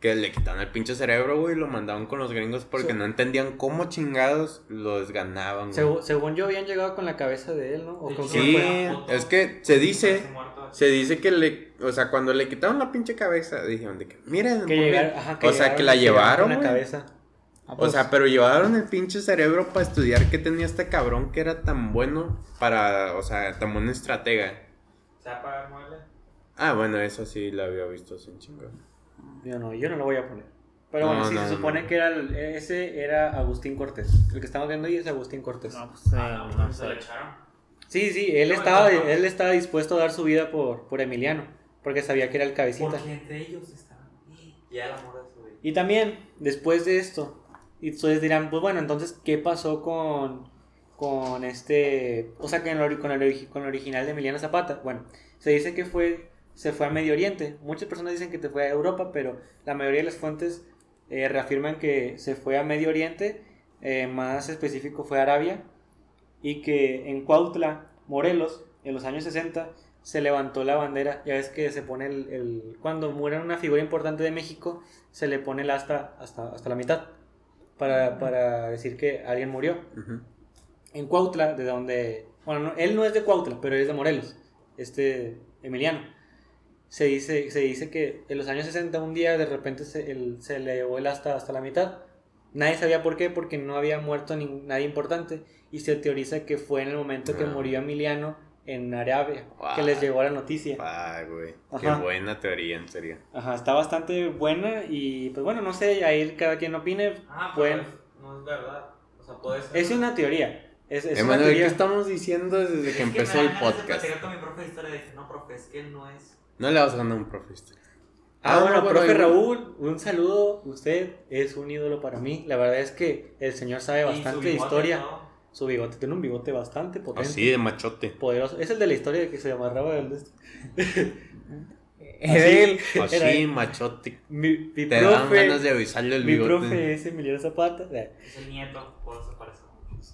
que le quitaron el pinche cerebro, güey, y lo mandaron con los gringos porque
Sí.
no entendían cómo chingados lo desganaban, güey.
Segu- según yo habían llegado con la cabeza de él, ¿no? ¿O
De
con
hecho,
quién
Sí,
fue?
es que se dice,
Parece muerto así.
se dice que le, o sea, cuando le quitaron la pinche cabeza, dijeron de que, miren,
Que
muy bien".
llegaron- ajá,
o sea, que
llegaron-
la
llegaron
llevaron,
con la
güey.
cabeza.
Ah,
O
pues,
sea, pero llevaron el pinche cerebro para estudiar qué tenía este cabrón que era tan bueno para, o sea, tan buen estratega.
¿Se va a pagar mueble?
Ah, bueno, eso sí la había visto sin chingo.
Yo no, yo no lo voy a poner. Pero bueno,
No,
sí,
no,
se
no.
supone que era el- ese era Agustín Cortés. El que estamos viendo ahí es Agustín Cortés.
no, pues, eh,
Ah,
no
no, se
sé.
lo echaron.
Sí, sí, él
No,
estaba,
no, no.
él estaba dispuesto a dar su vida por, por Emiliano, porque sabía que era el cabecita.
Porque entre ellos estaban. Y ya la morra su
Y también, después de esto, y ustedes dirán, pues bueno, entonces, ¿qué pasó con, con este, o sea, que en el ori- con, el, ori- con el original de Emiliano Zapata? Bueno, se dice que fue, se fue a Medio Oriente. Muchas personas dicen que te fue a Europa, pero la mayoría de las fuentes eh, reafirman que se fue a Medio Oriente, eh, más específico fue a Arabia, y que en Cuautla, Morelos, en los años 60, se levantó la bandera. Ya ves que se pone el, el- cuando muera una figura importante de México, se le pone el asta hasta, hasta la mitad para, para decir que alguien murió. En Cuautla, de donde, bueno, no- él no es de Cuautla, pero es de Morelos, este Emiliano. Se dice, se dice que en los años 60 un día de repente se, el- se le llevó el asta hasta la mitad. Nadie sabía por qué, porque no había muerto ni, nadie importante. Y se teoriza que fue en el momento que
Ah.
murió Emiliano en Arabia, que
Guau.
les llegó la noticia.
Ah, güey. Qué
Ajá.
buena teoría, en serio.
Ajá, está bastante buena y pues bueno, no sé, ahí cada quien opine.
Ah, pero
Pueden-
es- no es verdad. O sea, puede ser.
Es una teoría. Es, es una
Emanuel, ¿qué
teoría. Ah,
estamos diciendo desde
Es
que
me
empezó
dan
el
ganas de
podcast?
platicar con mi profe de historia dije, no, profe, es que no es.
No le vas a ganar un profe. este.
Ah, bueno, profe
ahí-
Raúl, un saludo. Usted es un ídolo para mí. La verdad es que el señor sabe bastante de historia. Su bigote tiene un bigote bastante
Ah,
potente.
sí, de machote.
Poderoso. Es el de la historia de que se amarraba el de este.
Él-
Así,
Era él.
machote.
Mi, mi
Te dan ganas
profe.
de avisarle el
Mi
bigote.
profe es Emiliano Zapata.
Es el nieto, por eso parece mucho.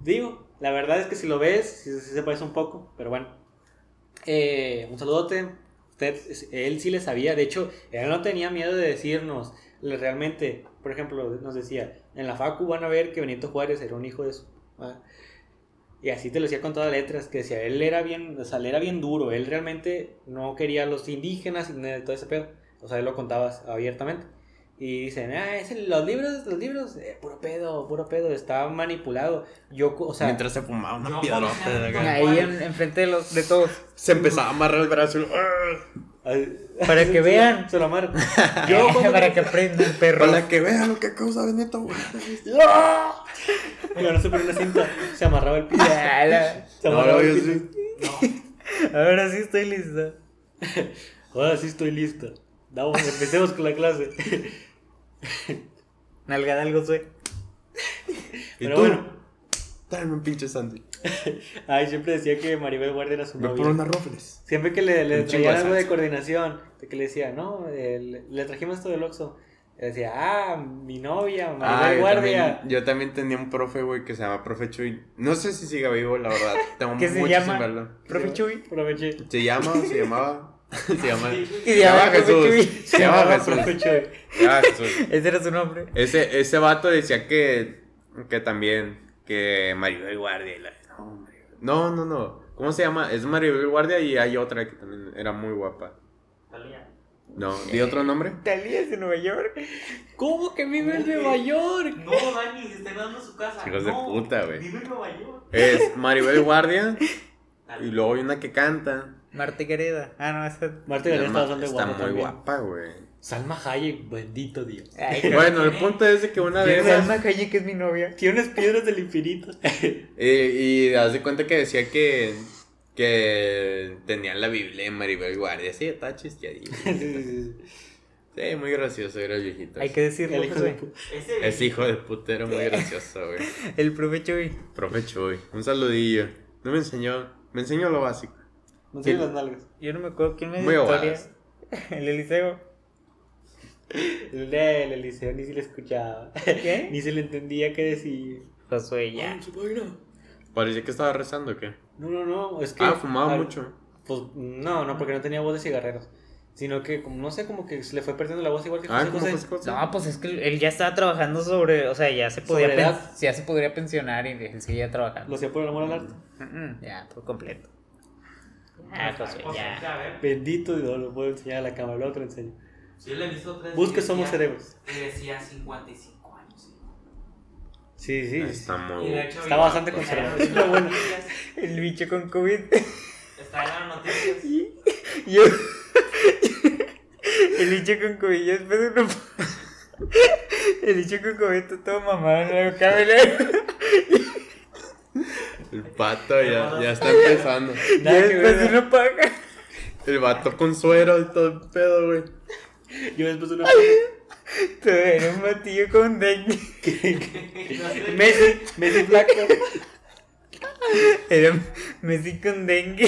Digo, la verdad es que si lo ves, sí, sí se parece un poco, pero bueno. Eh, un saludote. Usted, él sí le sabía, de hecho, él no tenía miedo de decirnos le- realmente. Por ejemplo, nos decía, en la facu van a ver que Benito Juárez era un hijo de su... mamá". Y así te lo decía con todas las letras, que decía, él era bien, o sea, él era bien duro, él realmente no quería a los indígenas y nada de todo ese pedo. O sea, él lo contaba abiertamente. Y dicen, ah, es el- los libros, los libros, eh, puro pedo, puro pedo, está manipulado. Yo, co- o sea,
Mientras se fumaba una
yo
piedrota.
conocía-
de acá.
Ahí en- enfrente de los de todos.
Se empezaba a amarrar el brazo. y- ¡Ah!
Para que vean.
se lo amarran.
Yo
Yo, cuando-
Eh, para que aprenda el perro.
Para que vean lo que causa Benito, güey.
Yo no se ponía una cinta, se amarraba el pito.
Ya, la-
Se
No,
amarraba
yo
el pito.
sí.
Ahora sí estoy listo.
Ahora sí estoy listo. Vamos, empecemos con la clase.
Nalgada algo Josué.
¿Y
Pero
tú?
bueno,
Tráeme un pinche sándwich.
Ay, siempre decía que Maribel Guardia era su
Ve
novia.
por unas rofles.
Siempre que le, le
Un chingo de
traían algo de
salsa.
coordinación, de que le decía, no, eh, le, le trajimos esto del Oxxo. Le decía, ah, mi novia, Maribel
Ah, yo
Guardia.
también, yo también tenía un profe, güey, que se llama Profe Chuy. No sé si siga vivo, la verdad. Tengo
¿Qué
mucho
se
sin
llama?
verlo.
Profe Chuy.
Aproveché.
¿Se llama? ¿Se llamaba? Se llama.
Y de abajo, Profe Chuy.
Se llama Jesús.
Profe Chuy.
Se llama Jesús.
Ese era su nombre.
Ese, ese vato decía que, que también, que Maribel Guardia. y la- No, Maribel- no, no, no. ¿Cómo se llama? Es Maribel Guardia y hay otra que también era muy guapa.
Talía.
No, ¿di otro nombre?
Talía es de Nueva York.
¿Cómo que vive en Nueva York?
No, Dani, se está dando su casa.
Chicos de
no,
puta, güey.
Vive en Nueva York.
Es Maribel Guardia
Talía.
y luego hay una que canta.
Marta Gareda. Ah, no, esa.
Marta Gareda está
Está,
bastante guapa.
muy
también.
guapa, güey.
Salma Hayek, bendito Dios.
Ay,
Bueno, el punto es de que una de
Es
esas...
una calle que es mi novia.
Tiene unas piedras del infinito.
eh, Y, y haz de cuenta que decía que, que tenían la Biblia en Maribel Guardia. Sí, está chisteadito.
Sí, sí, sí.
Sí, muy gracioso era el viejito.
Hay que decirlo,
El hijo de
José.
pu-
Ese
Ese hijo de putero muy gracioso, güey.
El profe Chuy.
Profe Chuy, un saludillo. No me enseñó, me enseñó lo básico.
No enseña las nalgas.
Yo no me acuerdo quién me
Muy
dio historia.
abogadas.
El Eliseo.
El el Eliseo ni se le escuchaba.
¿Qué?
Ni se le entendía qué decir.
Josué, ya.
Ay, su vaina.
Parecía que estaba rezando, ¿o ¿qué?
No, no, no. Es que.
Ah, fumaba
al-
mucho.
Pues no, no, porque no tenía voz de cigarreros. Sino que, como, no sé, como que se le fue perdiendo la voz igual que
Ah,
José
¿cómo
José.
José José?
No, pues es que él ya estaba trabajando sobre. O sea, ya se podía.
Sobre edad.
pen- Ya se podría pensionar y él seguía trabajando.
Lo hacía por el amor al arte.
Mm, Ya, por completo. Ah, Josué, ya.
pues, A ver,
Bendito Dios, lo puedo enseñar a la cámara, luego te lo enseño.
si yo le he visto tres
Busque
veces,
Somos
ya-
Cerebros.
Y decía 55 años.
Sí, sí.
Está muy...
Y de hecho, pues,
Está
vi-
bastante
está en
conservador.
las
Lo bueno.
noticias,
El bicho con COVID.
Está en las noticias.
Yo. El bicho con COVID. Yo después de una. El bicho con COVID está todo mamado en la cámara.
El pato ya, ya está empezando.
Ya
Nada que
después de
ver,
una paga.
El vato con suero y todo el pedo, güey.
Yo después de una.
Todo era un batillo con dengue.
No sé.
Messi, Messi Black.
Era Messi con dengue.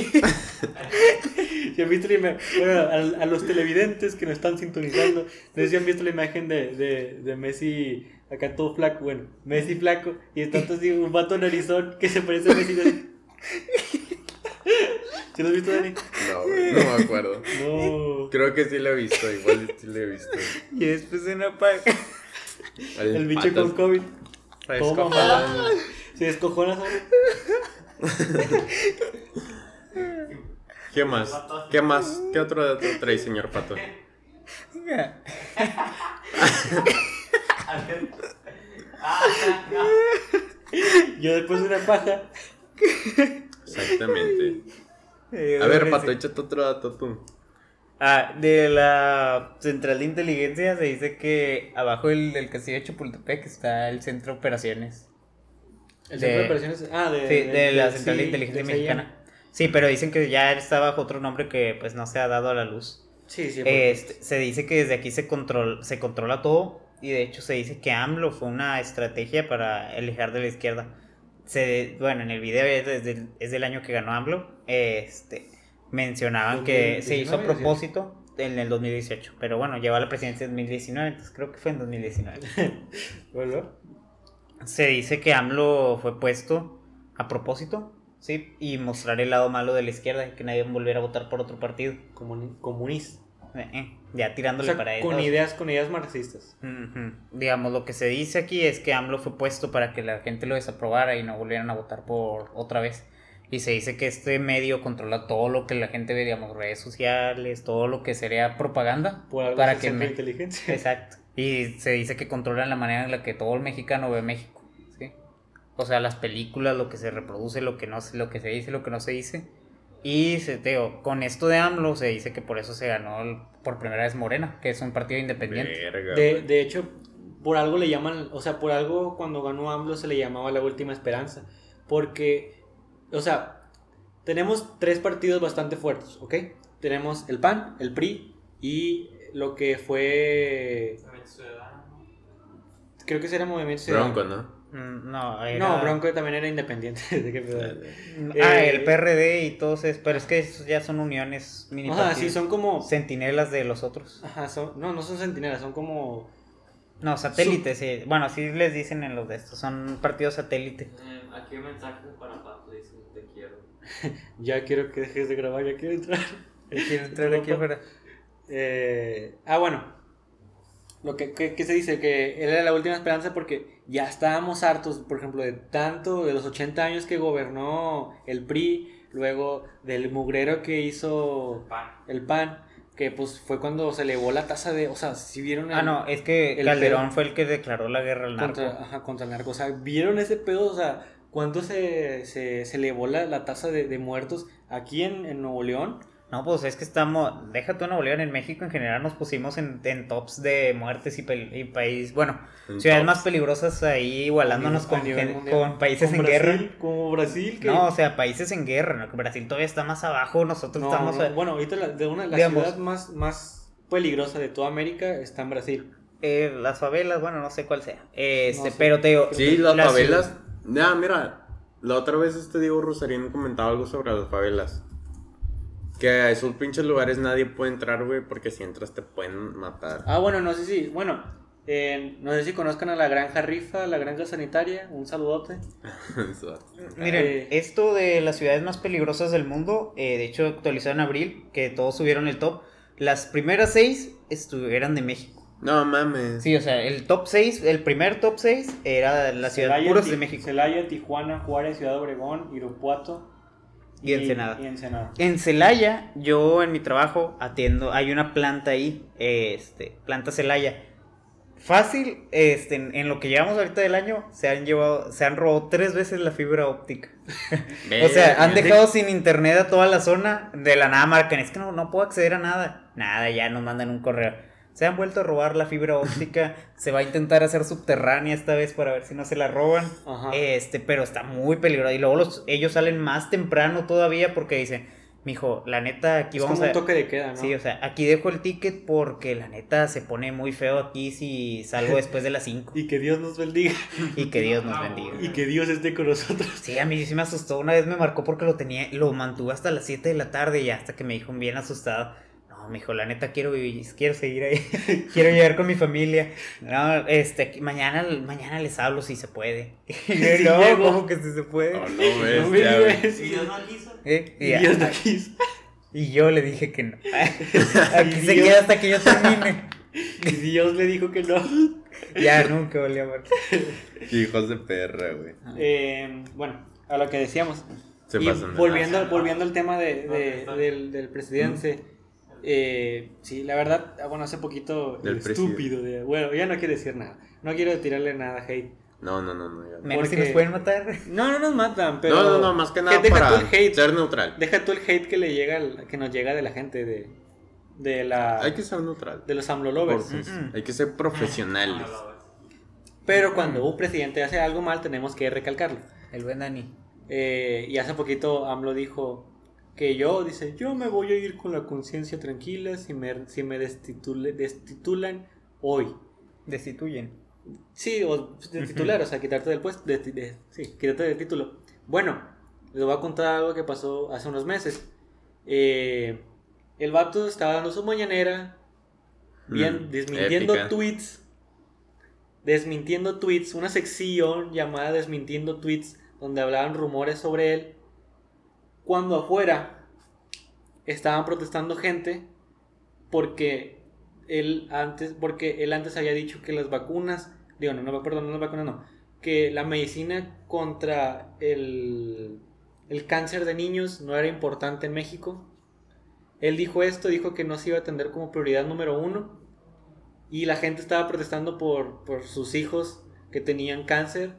Si han visto la ima- bueno, a, a los televidentes que nos están sintonizando, no sé si han visto la imagen de, de, de Messi acá todo flaco, bueno, Messi flaco, y está así un vato narizón que se parece a Messi. ¿Sí lo has visto, Dani?
No, güey, no me acuerdo.
No.
Creo que sí lo he visto, igual sí lo he visto.
Y después de una paga.
El bicho
pato
con COVID.
Pues,
está
todo
escapado.
mamalón. Se descojona solo.
¿Qué más? ¿Qué más? ¿Qué otro dato trae, señor pato?
A ver. Ah, ah, ah.
Yo después de una paja.
Exactamente. A ver, Pato, échate otro dato tú.
Eh, Ah, de la central de inteligencia se dice que abajo del, del castillo de Chapultepec está el centro de operaciones.
El
De-
centro de operaciones. Ah, de,
Sí, de la central de
sí,
inteligencia
de
mexicana. Sí, pero dicen que ya está bajo otro nombre que pues no se ha dado a la luz.
CIAM. Sí, sí.
Este, se dice que desde aquí se, control, se controla todo y de hecho se dice que AMLO fue una estrategia para alejar de la izquierda. Se, bueno, en el video es, desde el- es del año que ganó AMLO. Este, mencionaban que se hizo a
2019,
propósito en el 2018, pero bueno, lleva la presidencia en 2019, entonces creo que fue en 2019.
Bueno,
Se dice que AMLO fue puesto a propósito, ¿sí? Y mostrar el lado malo de la izquierda y que nadie volviera a votar por otro partido.
comuni- comunista.
Eh, eh, ya
O
tirándole
sea,
para
con
ellos.
ideas, con ideas marxistas.
Ujú. Digamos, lo que se dice aquí es que AMLO fue puesto para que la gente lo desaprobara y no volvieran a votar por otra vez. Y se dice que este medio controla todo lo que la gente ve, digamos, redes sociales, todo lo que sería propaganda.
Por algo
para
es el
que
centro
me-
de inteligencia.
Exacto. Y se dice que controlan la manera en la que todo el mexicano ve México, ¿sí? O sea, las películas, lo que se reproduce, lo que no se- lo que se dice, lo que no se dice. Y se te digo, con esto de AMLO se dice que por eso se ganó el- por primera vez Morena, que es un partido independiente.
Verga,
De,
güey.
de hecho, por algo le llaman, o sea, por algo cuando ganó AMLO se le llamaba la última esperanza. Porque, o sea, tenemos tres partidos bastante fuertes, ¿ok? Tenemos el PAN, el PRI y lo que fue,
Movimiento Ciudadano.
creo que ese era Movimiento Ciudadano.
Bronco, ¿no?
Mm, No, era-
No, Bronco también era independiente. ¿de qué pedo?
Ah,
Eh,
el PRD y todos es, pero es que esos ya son uniones mini
Ajá, sí,
partidos.
son como.
Centinelas de los otros.
Ajá, son- no, no son centinelas, son como.
No, satélites, sí. Bueno, así les dicen en los de estos. Son partidos satélite.
Eh, aquí un mensaje para Pato, dice, te quiero.
Ya quiero que dejes de grabar, ya quiero entrar.
Quiero
entrar aquí afuera. Eh, ah, bueno. Lo que, que- que se dice, que él era la última esperanza porque ya estábamos hartos, por ejemplo, de tanto, de los 80 años que gobernó el PRI, luego del mugrero que hizo
Pan.
el PAN, que pues fue cuando se elevó la tasa de, o sea, si vieron el-
Ah, no, es que
el
Calderón
pedo.
fue el que declaró la guerra al narco.
contra, ajá, contra el narco, o sea, vieron ese pedo, o sea, cuánto se, se, se elevó la, la tasa de, de muertos aquí en, en Nuevo León.
No, pues es que estamos. Déjate una Bolívar en México. En general nos pusimos en, en tops de muertes y, pel- y país. Bueno,
En
ciudades
top.
más peligrosas ahí igualándonos
A
con,
nivel
gen-
mundial.
con países
Con
en
Brasil,
guerra.
Como Brasil, que...
No, o sea, países en guerra. ¿no? Que Brasil todavía está más abajo. Nosotros
No,
estamos.
no, bueno, ahorita la, de una, la
Digamos.
ciudad más, más peligrosa de toda América está en Brasil.
eh, las favelas, bueno, no sé cuál sea. Este,
sé.
pero te digo.
Sí, las
la ciudad-
favelas. Nah, mira, la otra vez este Diego Rosarín comentaba algo sobre las favelas. Que a esos pinches lugares nadie puede entrar, güey, porque si entras te pueden matar.
Ah, bueno, no sé si, bueno, eh, no sé si conozcan a la Granja Rifa, la Granja Sanitaria, un saludote.
Eso.
Miren,
Eh.
esto de las ciudades más peligrosas del mundo, eh, de hecho actualizado en abril, que todos subieron el top, las primeras seis estu- eran de México.
no mames.
Sí, o sea, el top 6, el primer top 6 era la ciudad
Celaya,
puras
Ti-
de México.
Celaya, Tijuana, Juárez, Ciudad Obregón, Irupuato.
Y Ensenada.
Y Ensenada.
En Celaya, yo en mi trabajo atiendo, hay una planta ahí, este, planta Celaya. Fácil, este, en, en lo que llevamos ahorita del año, se han llevado, se han robado tres veces la fibra óptica. O sea, han dejado sin internet a toda la zona, de la nada marcan, es que no, no puedo acceder a nada. Nada, ya nos mandan un correo. Se han vuelto a robar la fibra óptica, se va a intentar hacer subterránea esta vez para ver si no se la roban.
Ajá.
Este, pero está muy peligroso. Y luego los, ellos salen más temprano todavía porque dicen, mijo, la neta, aquí
es
vamos
como
a...
un toque de queda, ¿no?
Sí, o sea, aquí dejo el ticket porque la neta se pone muy feo aquí si salgo después de las 5
Y que Dios nos bendiga.
y que Dios
Ah,
nos bendiga.
Y que Dios esté con nosotros.
Sí, a mí sí me asustó. Una vez me marcó porque lo tenía, lo mantuve hasta las 7 de la tarde y hasta que me dijo bien asustado. No, me dijo, la neta quiero vivir, quiero seguir ahí, quiero llegar con mi familia. No, este, mañana, mañana les hablo si se puede. Y yo,
Si
no,
llego". Ah,
como que si se puede.
Oh, no,
No me
bestia, güey.
digas.
Si Dios no quiso.
Eh,
Y
y ya.
Dios no quiso.
Y yo le dije que no. Aquí se
Dios.
queda hasta que yo termine.
Y Dios le dijo que no.
Ya nunca volví a ver.
Hijos de perra, güey.
Eh, bueno, a lo que decíamos.
Se
y
pasan de
volviendo,
lanza.
volviendo al tema de, de-
Ok, está bien.
del, del presidente. eh, sí, la verdad, ah, bueno, hace poquito el
Del
estúpido. de- bueno, ya no quiero decir nada. No quiero tirarle nada hate.
No, no, no, no. ya no.
Menos si nos
Porque-
pueden matar.
No, no nos matan, pero.
no, no, no, más que nada
deja
para
tú el hate.
ser neutral.
Deja tú el hate que le llega al- que nos llega de la gente de, de la
Hay que ser neutral.
de los AMLO
Por
lovers.
favor.
Mm-mm.
Hay que ser profesionales.
No, no, no.
Pero cuando un presidente hace algo mal, tenemos que recalcarlo.
El buen Dani.
Eh, y hace poquito AMLO dijo que yo, dice, yo me voy a ir con la conciencia tranquila si me, si me destitule- destitulan hoy.
Destituyen.
Sí, o destitular, o sea, quitarte del puesto, desti- de- sí, quitarte del título. Bueno, les voy a contar algo que pasó hace unos meses. Eh, el vato estaba dando su mañanera, bien,
Mm,
desmintiendo
épica.
tweets, desmintiendo tweets, una sección llamada desmintiendo tweets, donde hablaban rumores sobre él, cuando afuera estaban protestando gente porque él antes, porque él antes había dicho que las vacunas, digo, no, no, perdón, no las vacunas, no, que la medicina contra el, el cáncer de niños no era importante en México. Él dijo esto, dijo que no se iba a atender como prioridad número uno. Y la gente estaba protestando por, por sus hijos que tenían cáncer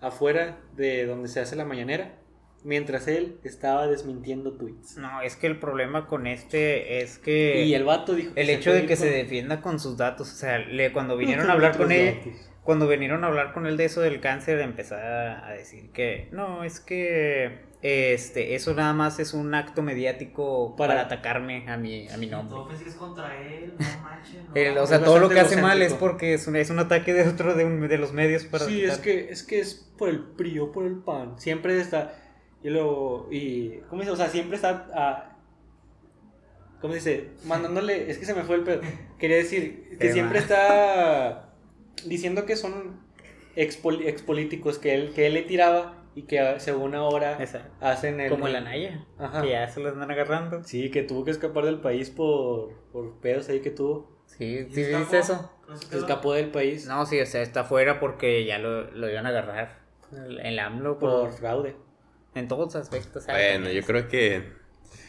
afuera de donde se hace la mañanera, mientras él estaba desmintiendo tweets.
No, es que el problema con este es que
y el vato dijo...
el
se
hecho
fue
de que se
con-
defienda con sus datos, o sea, le, cuando vinieron a hablar con
Otros
ella,
datos.
cuando vinieron a hablar con él de eso del cáncer, empezaba a decir que no, es que este, eso nada más es un acto mediático para,
Para-
atacarme a mi, a mi nombre.
Todo pues, es contra él, no manches. No.
El- o
Es
sea, todo lo
bastante
que hace mal es
egocéntrico.
porque es un, es un ataque de otro de, un- de los medios para
sí, es
atacar.
que, es que es por el PRI o por el PAN. Siempre está. Y luego. Y, ¿Cómo dice? O sea, siempre está. ah, ¿Cómo dice? Mandándole. Es que se me fue el pedo. Quería decir que
Eh,
siempre
ma.
está diciendo que son expol- expolíticos que él, que él le tiraba y que ah, según ahora
Esa.
hacen el.
como la Naya,
Ajá.
que ya se lo andan agarrando.
Sí, que tuvo que escapar del país por, por pedos ahí que tuvo.
Sí,
¿Y
sí,
escapó?
viste eso.
¿No
Se escapó del país
No, sí, o sea, está afuera porque ya lo, lo iban a agarrar. El, el AMLO por,
por fraude.
en todos los aspectos. o sea,
Bueno, yo creo que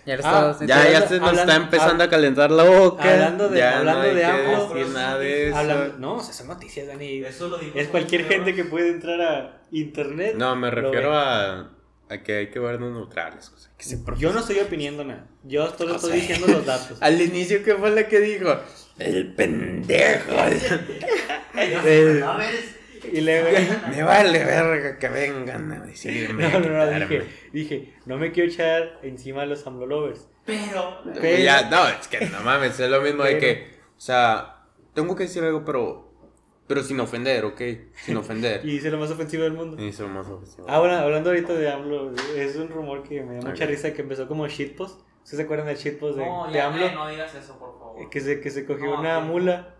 Ya lo
Ah,
estabas-
ya, ya se nos
Hablando-
está empezando a calentar la boca.
hablando de-
ya
hablando
no hay
de
que
ambos,
decir nada de eso.
Hablan- no, o sea, son noticias, Dani.
Eso lo dijo.
Es cualquier gente que puede entrar a internet.
No, me
lo
refiero
ve.
a, a que hay que vernos neutrales. o sea, que se-
Yo no estoy opinando nada. Yo solo estoy diciendo los datos.
Al inicio, ¿qué fue la que dijo? El pendejo.
Eh.
El-
A ver, es-
Y luego.
me vale verga que vengan a decirme.
No, no,
a
no,
quitarme.
dije, dije, no me quiero echar encima a los AMLO lovers.
pero.
Pero-
Ya, no, es que no mames, es lo mismo de
Pero-
que, o sea, tengo que decir algo, pero, pero sin ofender, ¿ok? Sin ofender.
Y hice lo más ofensivo del mundo.
Y eso más ofensivo.
Ah, bueno, hablando ahorita de AMLO, es un rumor que me da mucha
Ok.
risa que empezó como shitpost. ¿Ustedes se acuerdan del shitpost de,
No,
de
ya,
AMLO?
eh, no digas eso, por favor.
Que se, que se cogió
No,
una
sí.
mula.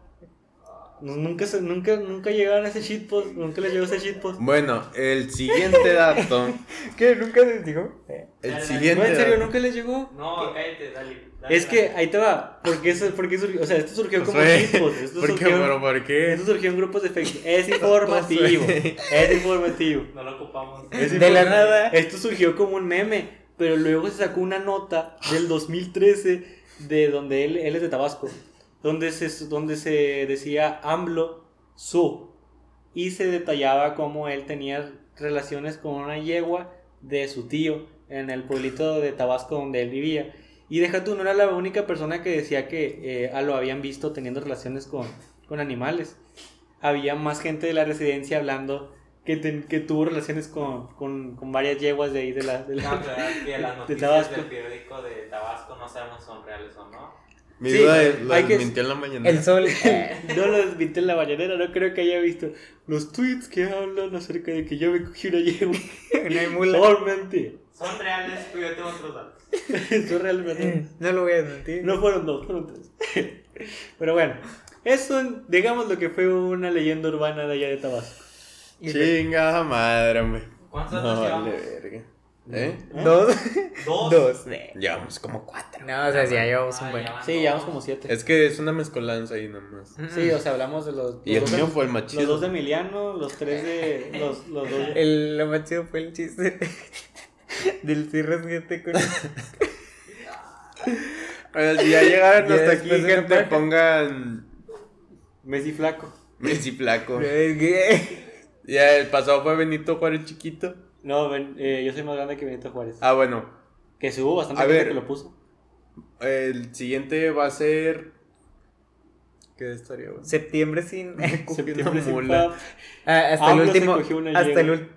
No, nunca, se- nunca, nunca llegaron a ese shitpost. Nunca les llegó ese shitpost.
Bueno, el siguiente dato.
¿Qué? ¿Nunca les digo?
El
Dale,
siguiente.
No, en serio,
dato.
nunca les llegó.
No, cállate, dale. dale,
Es que
dale.
ahí te va. Porque eso, porque surgió, o sea, esto surgió como
Josué,
shitpost. Esto
¿Por qué?
surgió,
¿Pero por qué?
esto surgió en grupos de Facebook. Es informativo. es informativo.
No lo ocupamos.
Es
De la
informativo.
nada.
Esto surgió como un meme. Pero luego se sacó una nota del 2013 de donde él, él es de Tabasco. Donde se, donde se decía AMLO su. Y se detallaba cómo él tenía relaciones con una yegua de su tío en el pueblito de Tabasco donde él vivía. Y deja tú, no era la única persona que decía que eh, a lo habían visto teniendo relaciones con, con animales. Había más gente de la residencia hablando que, ten- que tuvo relaciones con, con, con varias yeguas de ahí de la... de la-
No, claro, que las
de
noticias
Tabasco.
del periódico de Tabasco no sabemos si son reales o no.
Mi
Sí,
duda es, lo
hay que-
mintió en la mañana.
El sol. eh,
No lo viste en la mañanera, no creo que haya visto los tweets que hablan acerca de que yo me cogí una yegua.
no hay mula.
Solamente.
Son reales, pero yo tengo otros datos.
Eso realmente...
No lo voy a admitir.
No fueron dos, fueron tres. Pero bueno, eso digamos lo que fue una leyenda urbana de allá de Tabasco.
Chingada madre, hombre.
¿Cuántos
No,
datos
vale
llevamos?
verga. ¿Eh?
Dos.
Dos.
Dos. eh.
Llevamos como cuatro.
No, o sea, si ya llevamos
Ah,
un buen.
ya.
Sí, llevamos como siete.
Es que es una mezcolanza ahí nomás.
Sí, o sea, hablamos de los, los
Y el
dos,
mío fue el
de, los dos de
machito.
Emiliano, los tres de. Los, los dos de-
El, lo más chido fue el chiste del cierre 7 con.
Bueno, Pues, si ya llegaron
Ya
hasta aquí,
después de la
gente,
paja.
pongan
Messi Flaco.
Messi flaco.
Es que-
Ya el pasado fue Benito Juárez chiquito.
No, ven, eh, yo soy más grande que Benito Juárez.
Ah, bueno.
Que se hubo bastante
A
gente
ver.
que lo puso.
El siguiente va a ser. ¿Qué estaría bueno?
Septiembre sin.
Septiembre sin
mula.
pap.
Ah, hasta el
AMLO se
último.
cogió una
Hasta el,
yegua.
ul-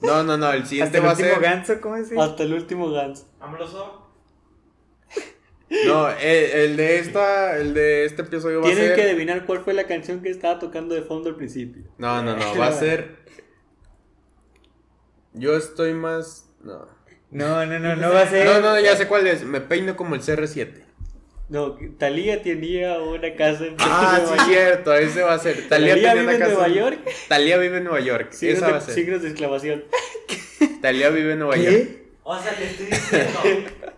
No, no, no. El
hasta
siguiente
el
va a
último
ser.
ganso, ¿cómo se dice?
Hasta el último Gans.
¿Amloso?
No, el, el de esta. El de este episodio va a
Tienen
ser.
que adivinar cuál fue la canción que estaba tocando de fondo al principio.
No, no, no. Va a ser. Yo estoy más. No.
No, no, no, no va a ser.
No, no, ya sé cuál es. Me peino como el CR7.
No, Talía tenía una casa en
Ah,
Nueva
sí,
York.
cierto. Ese va a ser.
Thalía
Talía, tenía
vive
una
en
casa-
Nueva York.
Thalía vive en Nueva York.
Signos
Esa va
de,
a ser.
signos de exclamación.
Talía vive en Nueva York.
¿Qué?
O sea, te estoy diciendo.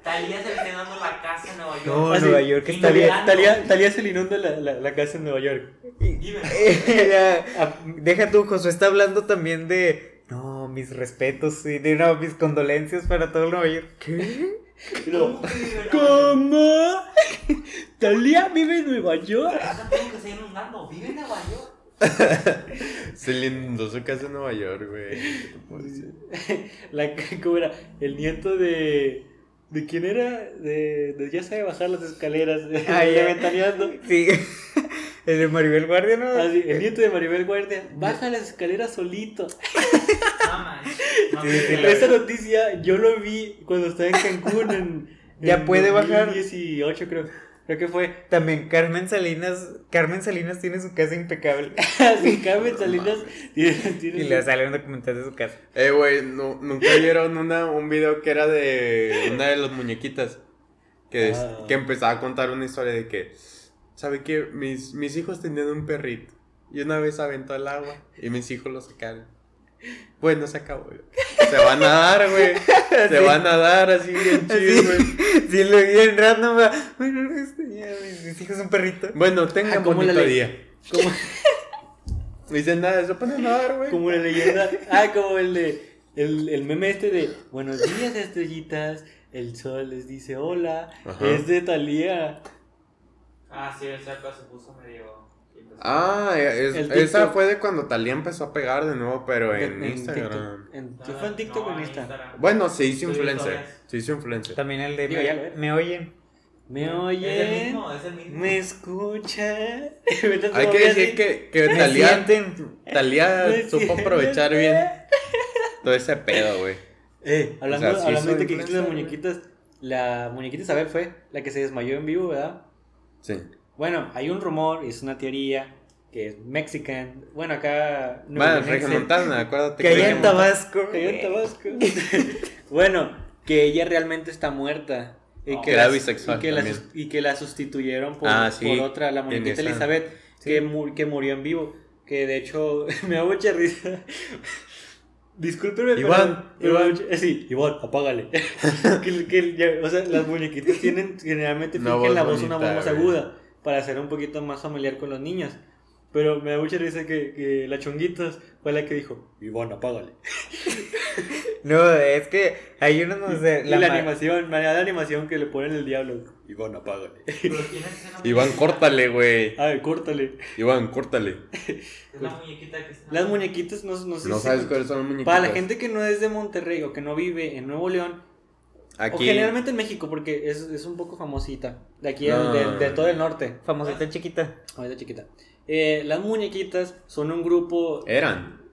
Talía se le está dando la casa en Nueva York.
No,
Ah, sí.
Nueva York está bien.
Inundando.
Talía, Talía se le inunda la, la, la casa en Nueva York.
Dime.
Eh, Era- Deja tú, Josué está hablando también de. No, mis respetos y de no, mis condolencias para todo Nueva York. ¿Qué?
Y luego,
¿Cómo que vive en Nueva York?
¿Cómo? ¿Talía vive en Nueva York?
Esa tengo que seguir inundando. Vive en Nueva York.
Se le inundó su casa en Nueva York, güey. ¿Qué te puedo decir?
La, ¿Cómo era? El nieto de. ¿De quién era? De, de- ya sabe bajar las escaleras.
Ah, ya.
ventaneando.
Sí. El de Maribel Guardia, ¿no?
Así, el nieto de Maribel Guardia baja las escaleras solito.
No manches. No
Sí,
manches.
sí, la-
Esa noticia yo lo vi cuando estaba en Cancún en.
Ya
en
puede bajar.
2018 creo. Creo que fue.
También Carmen Salinas, Carmen Salinas tiene su casa impecable.
Así Carmen Salinas tiene- tiene-
Y le sale un documental de su casa.
Eh, güey, no, nunca vieron una, un video que era de una de las muñequitas. Que, es-
Ah.
que empezaba a contar una historia de que, ¿sabe qué? Mis, mis hijos tenían un perrito. Y una vez aventó al agua y mis hijos lo sacaron. Bueno, se acabó. güey. Se van a dar, güey. Se
Sí.
van a dar así bien chido,
Así.
güey.
Sí, lo vi en random. va, Bueno, este, ya, mis hijos son perrito.
Bueno, tengan
Ah, ¿cómo
bonito
la ley?
día.
Como,
Dicen nada, se ponen a dar, güey.
como la leyenda. Ah, como el de. El, el meme este de Buenos días, estrellitas. El sol les dice hola.
Ajá.
Es de Talía.
Ah, sí, el saco se puso medio.
Ah, es-
El
esa
TikTok.
fue de cuando Talía empezó a pegar de nuevo, pero Pues en, Instagram.
TikTok. En, sí, fue en TikTok o en Instagram.
Bueno, se hizo
Subí
influencer.
historias.
Se hizo influencer.
También el de
Digo, ya lo
me,
ves.
me oyen.
Me
Es el
oyen.
mismo, es el mismo.
Me escuchan. Vete a
Hay
tu
que
novia
decir
así.
que, que
Me
Talía,
sienten.
Talía
Me
supo
siento-
aprovechar bien todo ese pedo, güey.
Eh, hablando,
O sea, sí
hablando
soy
de que dijiste las
influencer, güey.
muñequitas, la muñequita Isabel fue la que se desmayó en vivo, ¿verdad?
Sí.
Bueno, hay un rumor, es una teoría, que es mexican. Bueno, acá.
Bueno,
Nuevo Mexican.
Regiomontana, acuérdate
Que allá en
Regiomontana-
Tabasco.
Cayó en Tabasco. bueno, que ella realmente está muerta. Y
Oh.
que,
Que era
la-
bisexual
y que la,
también.
sus- y que la sustituyeron por,
Ah, sí,
por otra, la muñequita
esa.
Elizabeth, que, mu- que murió en vivo. Que de hecho me da mucha risa. Discúlpeme, pero-
Iván,
pero
Iván.
me da mucha- eh, Sí, Iván, apágale. que, que ya- o sea, las muñequitas tienen generalmente
Una
fingen
voz
la voz una
bonita,
voz más
güey.
aguda para ser un poquito más familiar con los niños. Pero me da mucha risa que, que la chonguitas fue la que dijo, Iván, apágale.
No, es que hay unos no sé,
Y la,
ma-
animación, manera de animación que le ponen el diablo. Iván, apágale.
Pero ¿quién es esa
Iván,
muñequita?
córtale, güey.
A ver, córtale.
Iván, córtale.
Es la muñequita que está-
Las muñequitas no, no sé
No
si-
sabes cuáles son los muñequitos.
Para la gente que no es de Monterrey o que no vive en Nuevo León, o
Aquí.
generalmente en México, porque es, es un poco famosita. De aquí,
No.
del- de, todo el norte.
Famosita chiquita.
Ahorita chiquita. Eh, las muñequitas son un grupo.
Eran. Eh,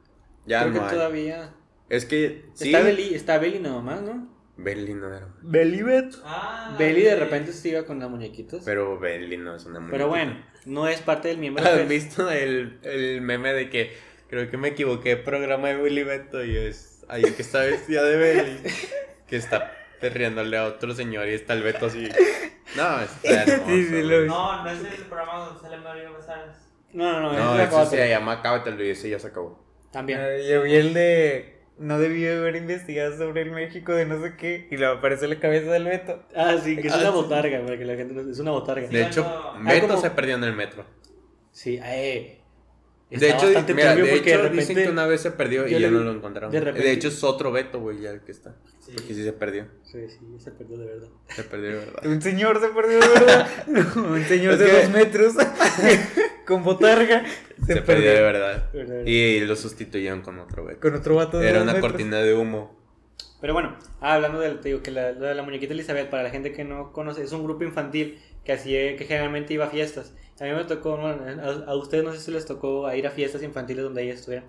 Ya
creo
no
que
hay.
todavía.
Es que. Sí.
Está Beli, está Beli nada más, ¿no?
Belly no era.
Belibet.
Ah,
Beli de repente se iba con las muñequitas. Pero,
Pero Belly no es una muñeca.
bueno, no es parte del miembro.
¿Has
del-
visto el, el meme de que creo que me equivoqué de programa de Willy Beto y es ahí el que está vestida de Belly que está perreándole a otro señor y está el Beto así? No, está hermoso.
Sí, sí, lo
güey.
vi.
No, no es el programa donde sale Mario Besares.
No, no, no,
No,
es la
eso
cuatro.
se llama Acábate el video, ese ya se acabó.
También.
Ah, Yo vi el de. No debí haber investigado sobre el México de no sé qué. Y le aparece la cabeza del Beto.
Ah, sí, que es
Ah,
una
sí.
botarga, para que la gente no... Es una botarga.
De hecho,
cuando-
Beto
Ah, como-
se perdió en el metro.
Sí, eh.
De
Está
hecho,
bastante
mira,
turbio
de
porque
hecho
de
dicen
repente-
que una vez se perdió y
yo
ya
le-
no lo encontraron.
de
De,
repente-
hecho, es otro Beto, güey, ya el que está.
Sí.
Porque sí se perdió.
Sí, sí, se perdió de verdad.
Se perdió, de ¿verdad?
Un señor se perdió, ¿verdad? No, un señor
Es
de
que-
dos metros. con botarga.
Se, perdió, de verdad.
De verdad, de verdad.
Y lo sustituyeron con otro Beto.
Con otro vato de
Era
dos
una
metros.
cortina de humo.
Pero bueno, ah, hablando de, te digo, que la, lo de la muñequita Elizabeth, para la gente que no conoce, es un grupo infantil que así eh, que generalmente iba a fiestas. A mí me tocó, bueno, a, a ustedes no sé si les tocó a ir a fiestas infantiles donde ellas estuvieran.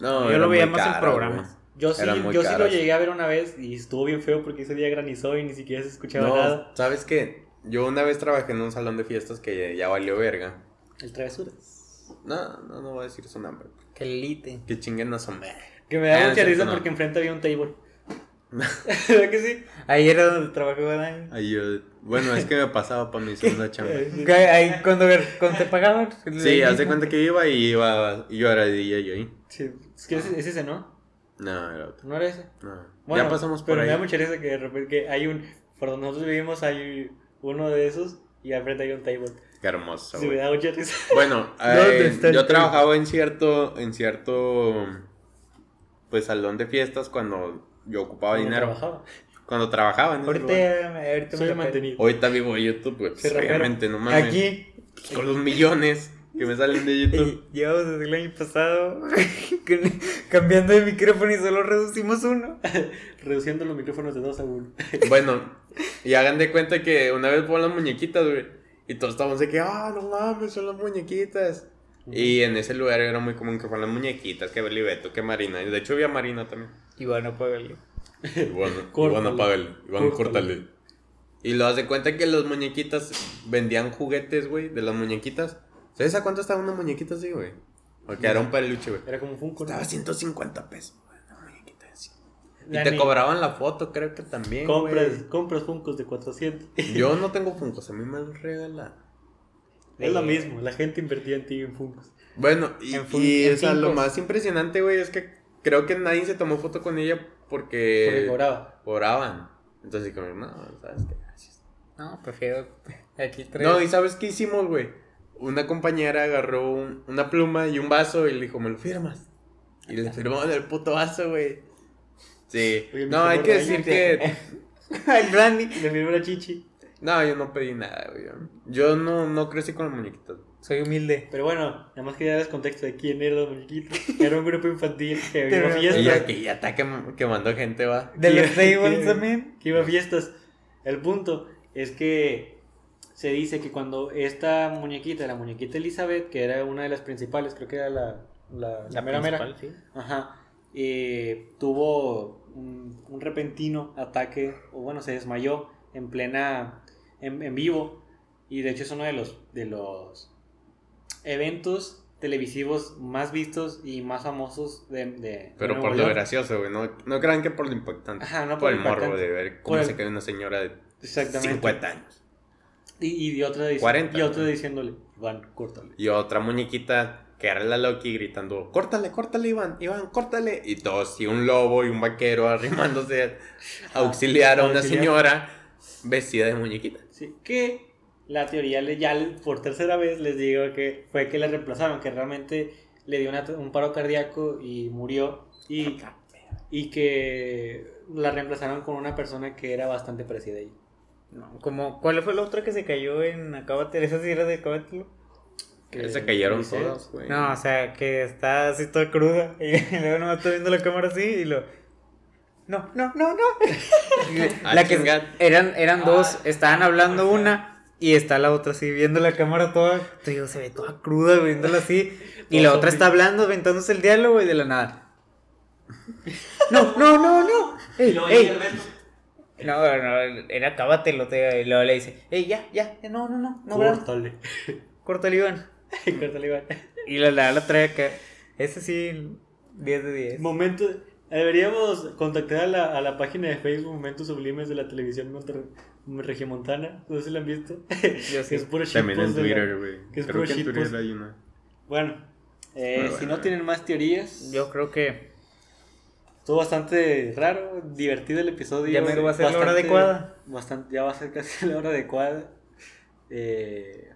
No,
Yo
era
lo veía
muy
más en
caro,
programas.
güey.
Yo sí,
Eran muy
yo sí lo
caras.
llegué a ver una vez y estuvo bien feo porque ese día granizó y ni siquiera se escuchaba nada.
No, ¿sabes qué? Yo una vez trabajé en un salón de fiestas que ya, ya valió verga.
El travesura.
No, no, no voy a decir su nombre.
Que elite.
Que chinguen a su madre.
Que me
Ah,
da
no es
mucha
cierto,
risa
no.
porque enfrente había un table. ¿Verdad que sí?
Ahí era donde trabajaba Dani.
Ay, yo- Bueno, es que me pasaba para mi segunda chamba.
Eh,
Que Ahí cuando, cuando te pagaban.
Sí, haz de cuenta que iba y iba. y Yo era DJ yo ahí.
Sí, es que ese, es ese, ¿no?
No, era otro.
¿No era ese?
No.
Bueno,
ya pasamos por
pero
ahí.
me da mucha risa que de repente que hay un... Por donde nosotros vivimos hay uno de esos y al frente hay un table.
Qué hermoso.
Sí,
güey.
me da mucha risa.
Bueno,
¿Dónde
eh,
está el
yo
tren?
trabajaba en cierto, en cierto, pues salón de fiestas cuando yo ocupaba
Como
dinero,
trabajaba.
cuando trabajaba. en ese lugar.
"Eh, Ahorita, ahorita
Soy
me la
mantenido.
Ahorita vivo de YouTube, güey, pues,
Sí, rapero.
obviamente, no mames.
Aquí,
Pues, Con los millones que me salen de YouTube.
eh, llevamos desde el año pasado con- cambiando de micrófono y solo reducimos uno.
Reduciendo los micrófonos de dos a uno.
Bueno, y hagan de cuenta que una vez fueron las muñequitas, güey. Y todos estábamos de que, ah, no mames, son las muñequitas. Y en ese lugar era muy común que fueran las muñequitas, que Belibeto, que Marina. Y de hecho había Marina también.
Iván, apágale.
Iván,
Córtale.
Iván, apágale.
Córtale.
Iván, córtale. Y lo hace cuenta que las muñequitas vendían juguetes, güey, de las muñequitas. ¿Sabes a cuánto estaba una muñequita así, güey? Porque era un peluche, güey.
Era como un Funko. ¿no?
Estaba 150 pesos, güey, una muñequita así. Y
La
te
ni-
cobraban la foto, creo que también.
Compras, compras Funkos de 400.
güey. Yo no tengo Funkos, a mí me han regalado.
Es lo mismo, la gente invertía en ti en Funkos.
Bueno, y,
En Fun-
y,
en
o sea, lo
Funkos.
más impresionante, güey, es que creo que nadie se tomó foto con ella
Porque
porque
cobraba.
oraban. Entonces, como, no, ¿sabes qué? Gracias.
No, prefiero aquí tres.
No, ¿y sabes qué hicimos, güey? Una compañera agarró un- una pluma y un vaso y le dijo, ¿me lo firmas? Y le firmaron el puto vaso, güey. Sí.
Oye,
No,
Mr.
hay que
Borraño,
decir
¿qué?
que
el Brandy.
Le firmó la chichi.
No, yo no pedí nada, güey. Yo no, no crecí con los muñequitos.
Soy humilde.
Pero bueno, nada más quería darles contexto de quién era los muñequitos. Era un grupo infantil que
Pero-
iba a
Y
fiestas.
ya que ya está quem- quemando gente, va.
De los
Que-
tables
que-
también.
Que iba a fiestas. El punto es que se dice que cuando esta muñequita, la muñequita Elizabeth, que era una de las principales, creo que era la, la, la mera mera.
principal, sí.
Ajá. eh, tuvo un, un repentino ataque, o bueno, se desmayó en plena, en, en vivo. Y de hecho es uno de los, de los eventos televisivos más vistos y más famosos de... de
Pero
de
por
Nueva
lo
York.
gracioso, güey. No, no crean que por lo impactante.
Ajá, no
por,
por
el
lo
morbo
impactante.
de ver
Por
cómo
el-
se cae una señora de
Exactamente.
50 años.
Y, y otra, dic-
40,
y otra
¿no?
diciéndole, Iván, córtale.
Y otra muñequita que era la Loki gritando, córtale, córtale, Iván, Iván, córtale. Y todos, y un lobo y un vaquero arrimándose a auxiliar a una
Auxiliar.
señora vestida de muñequita.
Sí, que la teoría le, ya le- por tercera vez les digo que fue que la reemplazaron, que realmente le dio una- un paro cardíaco y murió. Y, y que la reemplazaron con una persona que era bastante parecida a ella.
No, como, ¿cuál fue la otra que se cayó en Acábatelo? Esa sí era de Acábatelo.
Que se cayeron
dice,
todos, güey.
No, o sea, que está así toda cruda. Y luego nomás está viendo la cámara así y lo. No, no, no, no.
Ah,
la que
chinga.
eran, eran
Ah,
dos, estaban hablando
o sea.
una y está la otra así viendo la cámara toda. Te digo, se ve toda cruda viéndola así. Y
Todo
la
zombie.
otra está hablando, aventándose el diálogo y de la nada. No, no, no, no.
Y
Ey,
luego
ey.
llega el Beto.
No, no, era cábatelo. Te, y luego le dice, ey, ya, ya, no, no, no, no, Brad,
Córtale.
corta el Iván.
Córtale, Iván.
Y la, la, la trae acá. Ese sí, 10 de 10.
Momento. Deberíamos contactar a la, a la página de Facebook Momentos Sublimes de la televisión Monterrey, regiomontana. No sé si la han visto.
Yo sí.
Es puro
También en
shitpost de la-
Twitter, güey.
que es
Creo
puro
que en Twitter
shitpost.
hay una.
Bueno, eh,
Muy
si
bueno.
no tienen más teorías,
Yo creo que
estuvo bastante raro, divertido el episodio.
Ya mero va a ser la hora
bastante-
adecuada.
Bastante, ya va a ser casi la hora adecuada. Eh,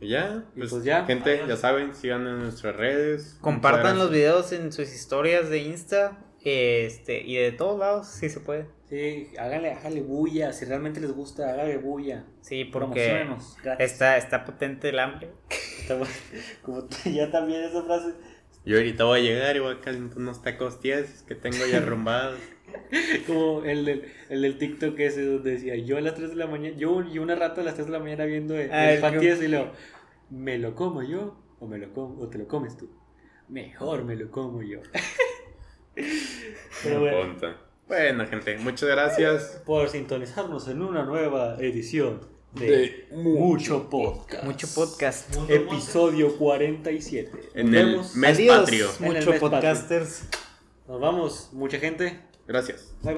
Y ya,
Y
pues,
pues ya.
gente,
Adiós.
ya saben, sigan en nuestras redes.
compartan los
Muchas
videos en sus historias de Insta este, y de todos lados, si se puede.
sí, háganle, háganle bulla. Si realmente les gusta, háganle bulla.
Sí, porque
Promocionenos. Gracias.
está, está potente el hambre.
Está bueno. Como t- ya también esa frase.
gracias. Yo ahorita voy a llegar y voy a calentar unos tacos tiesos que tengo ya arrumbados.
Como el del, el del TikTok ese donde decía, yo a las 3 de la mañana, yo y una rata a las 3 de la mañana viendo el,
Ah,
el
el
Patty
que-
ese y luego, ¿me lo como yo o, me lo com- o te lo comes tú? Mejor me lo como yo. Pero bueno,
Ponta. Bueno, gente, muchas gracias.
por sintonizarnos en una nueva edición de,
De
Mucho Podcast.
Mucho podcast.
Mundo
Episodio 47.
En
Nos
el
vemos.
mes
Adiós,
patrio.
En el
mucho
mes patrio.
podcasters.
Nos vamos, mucha gente.
Gracias.
Bye,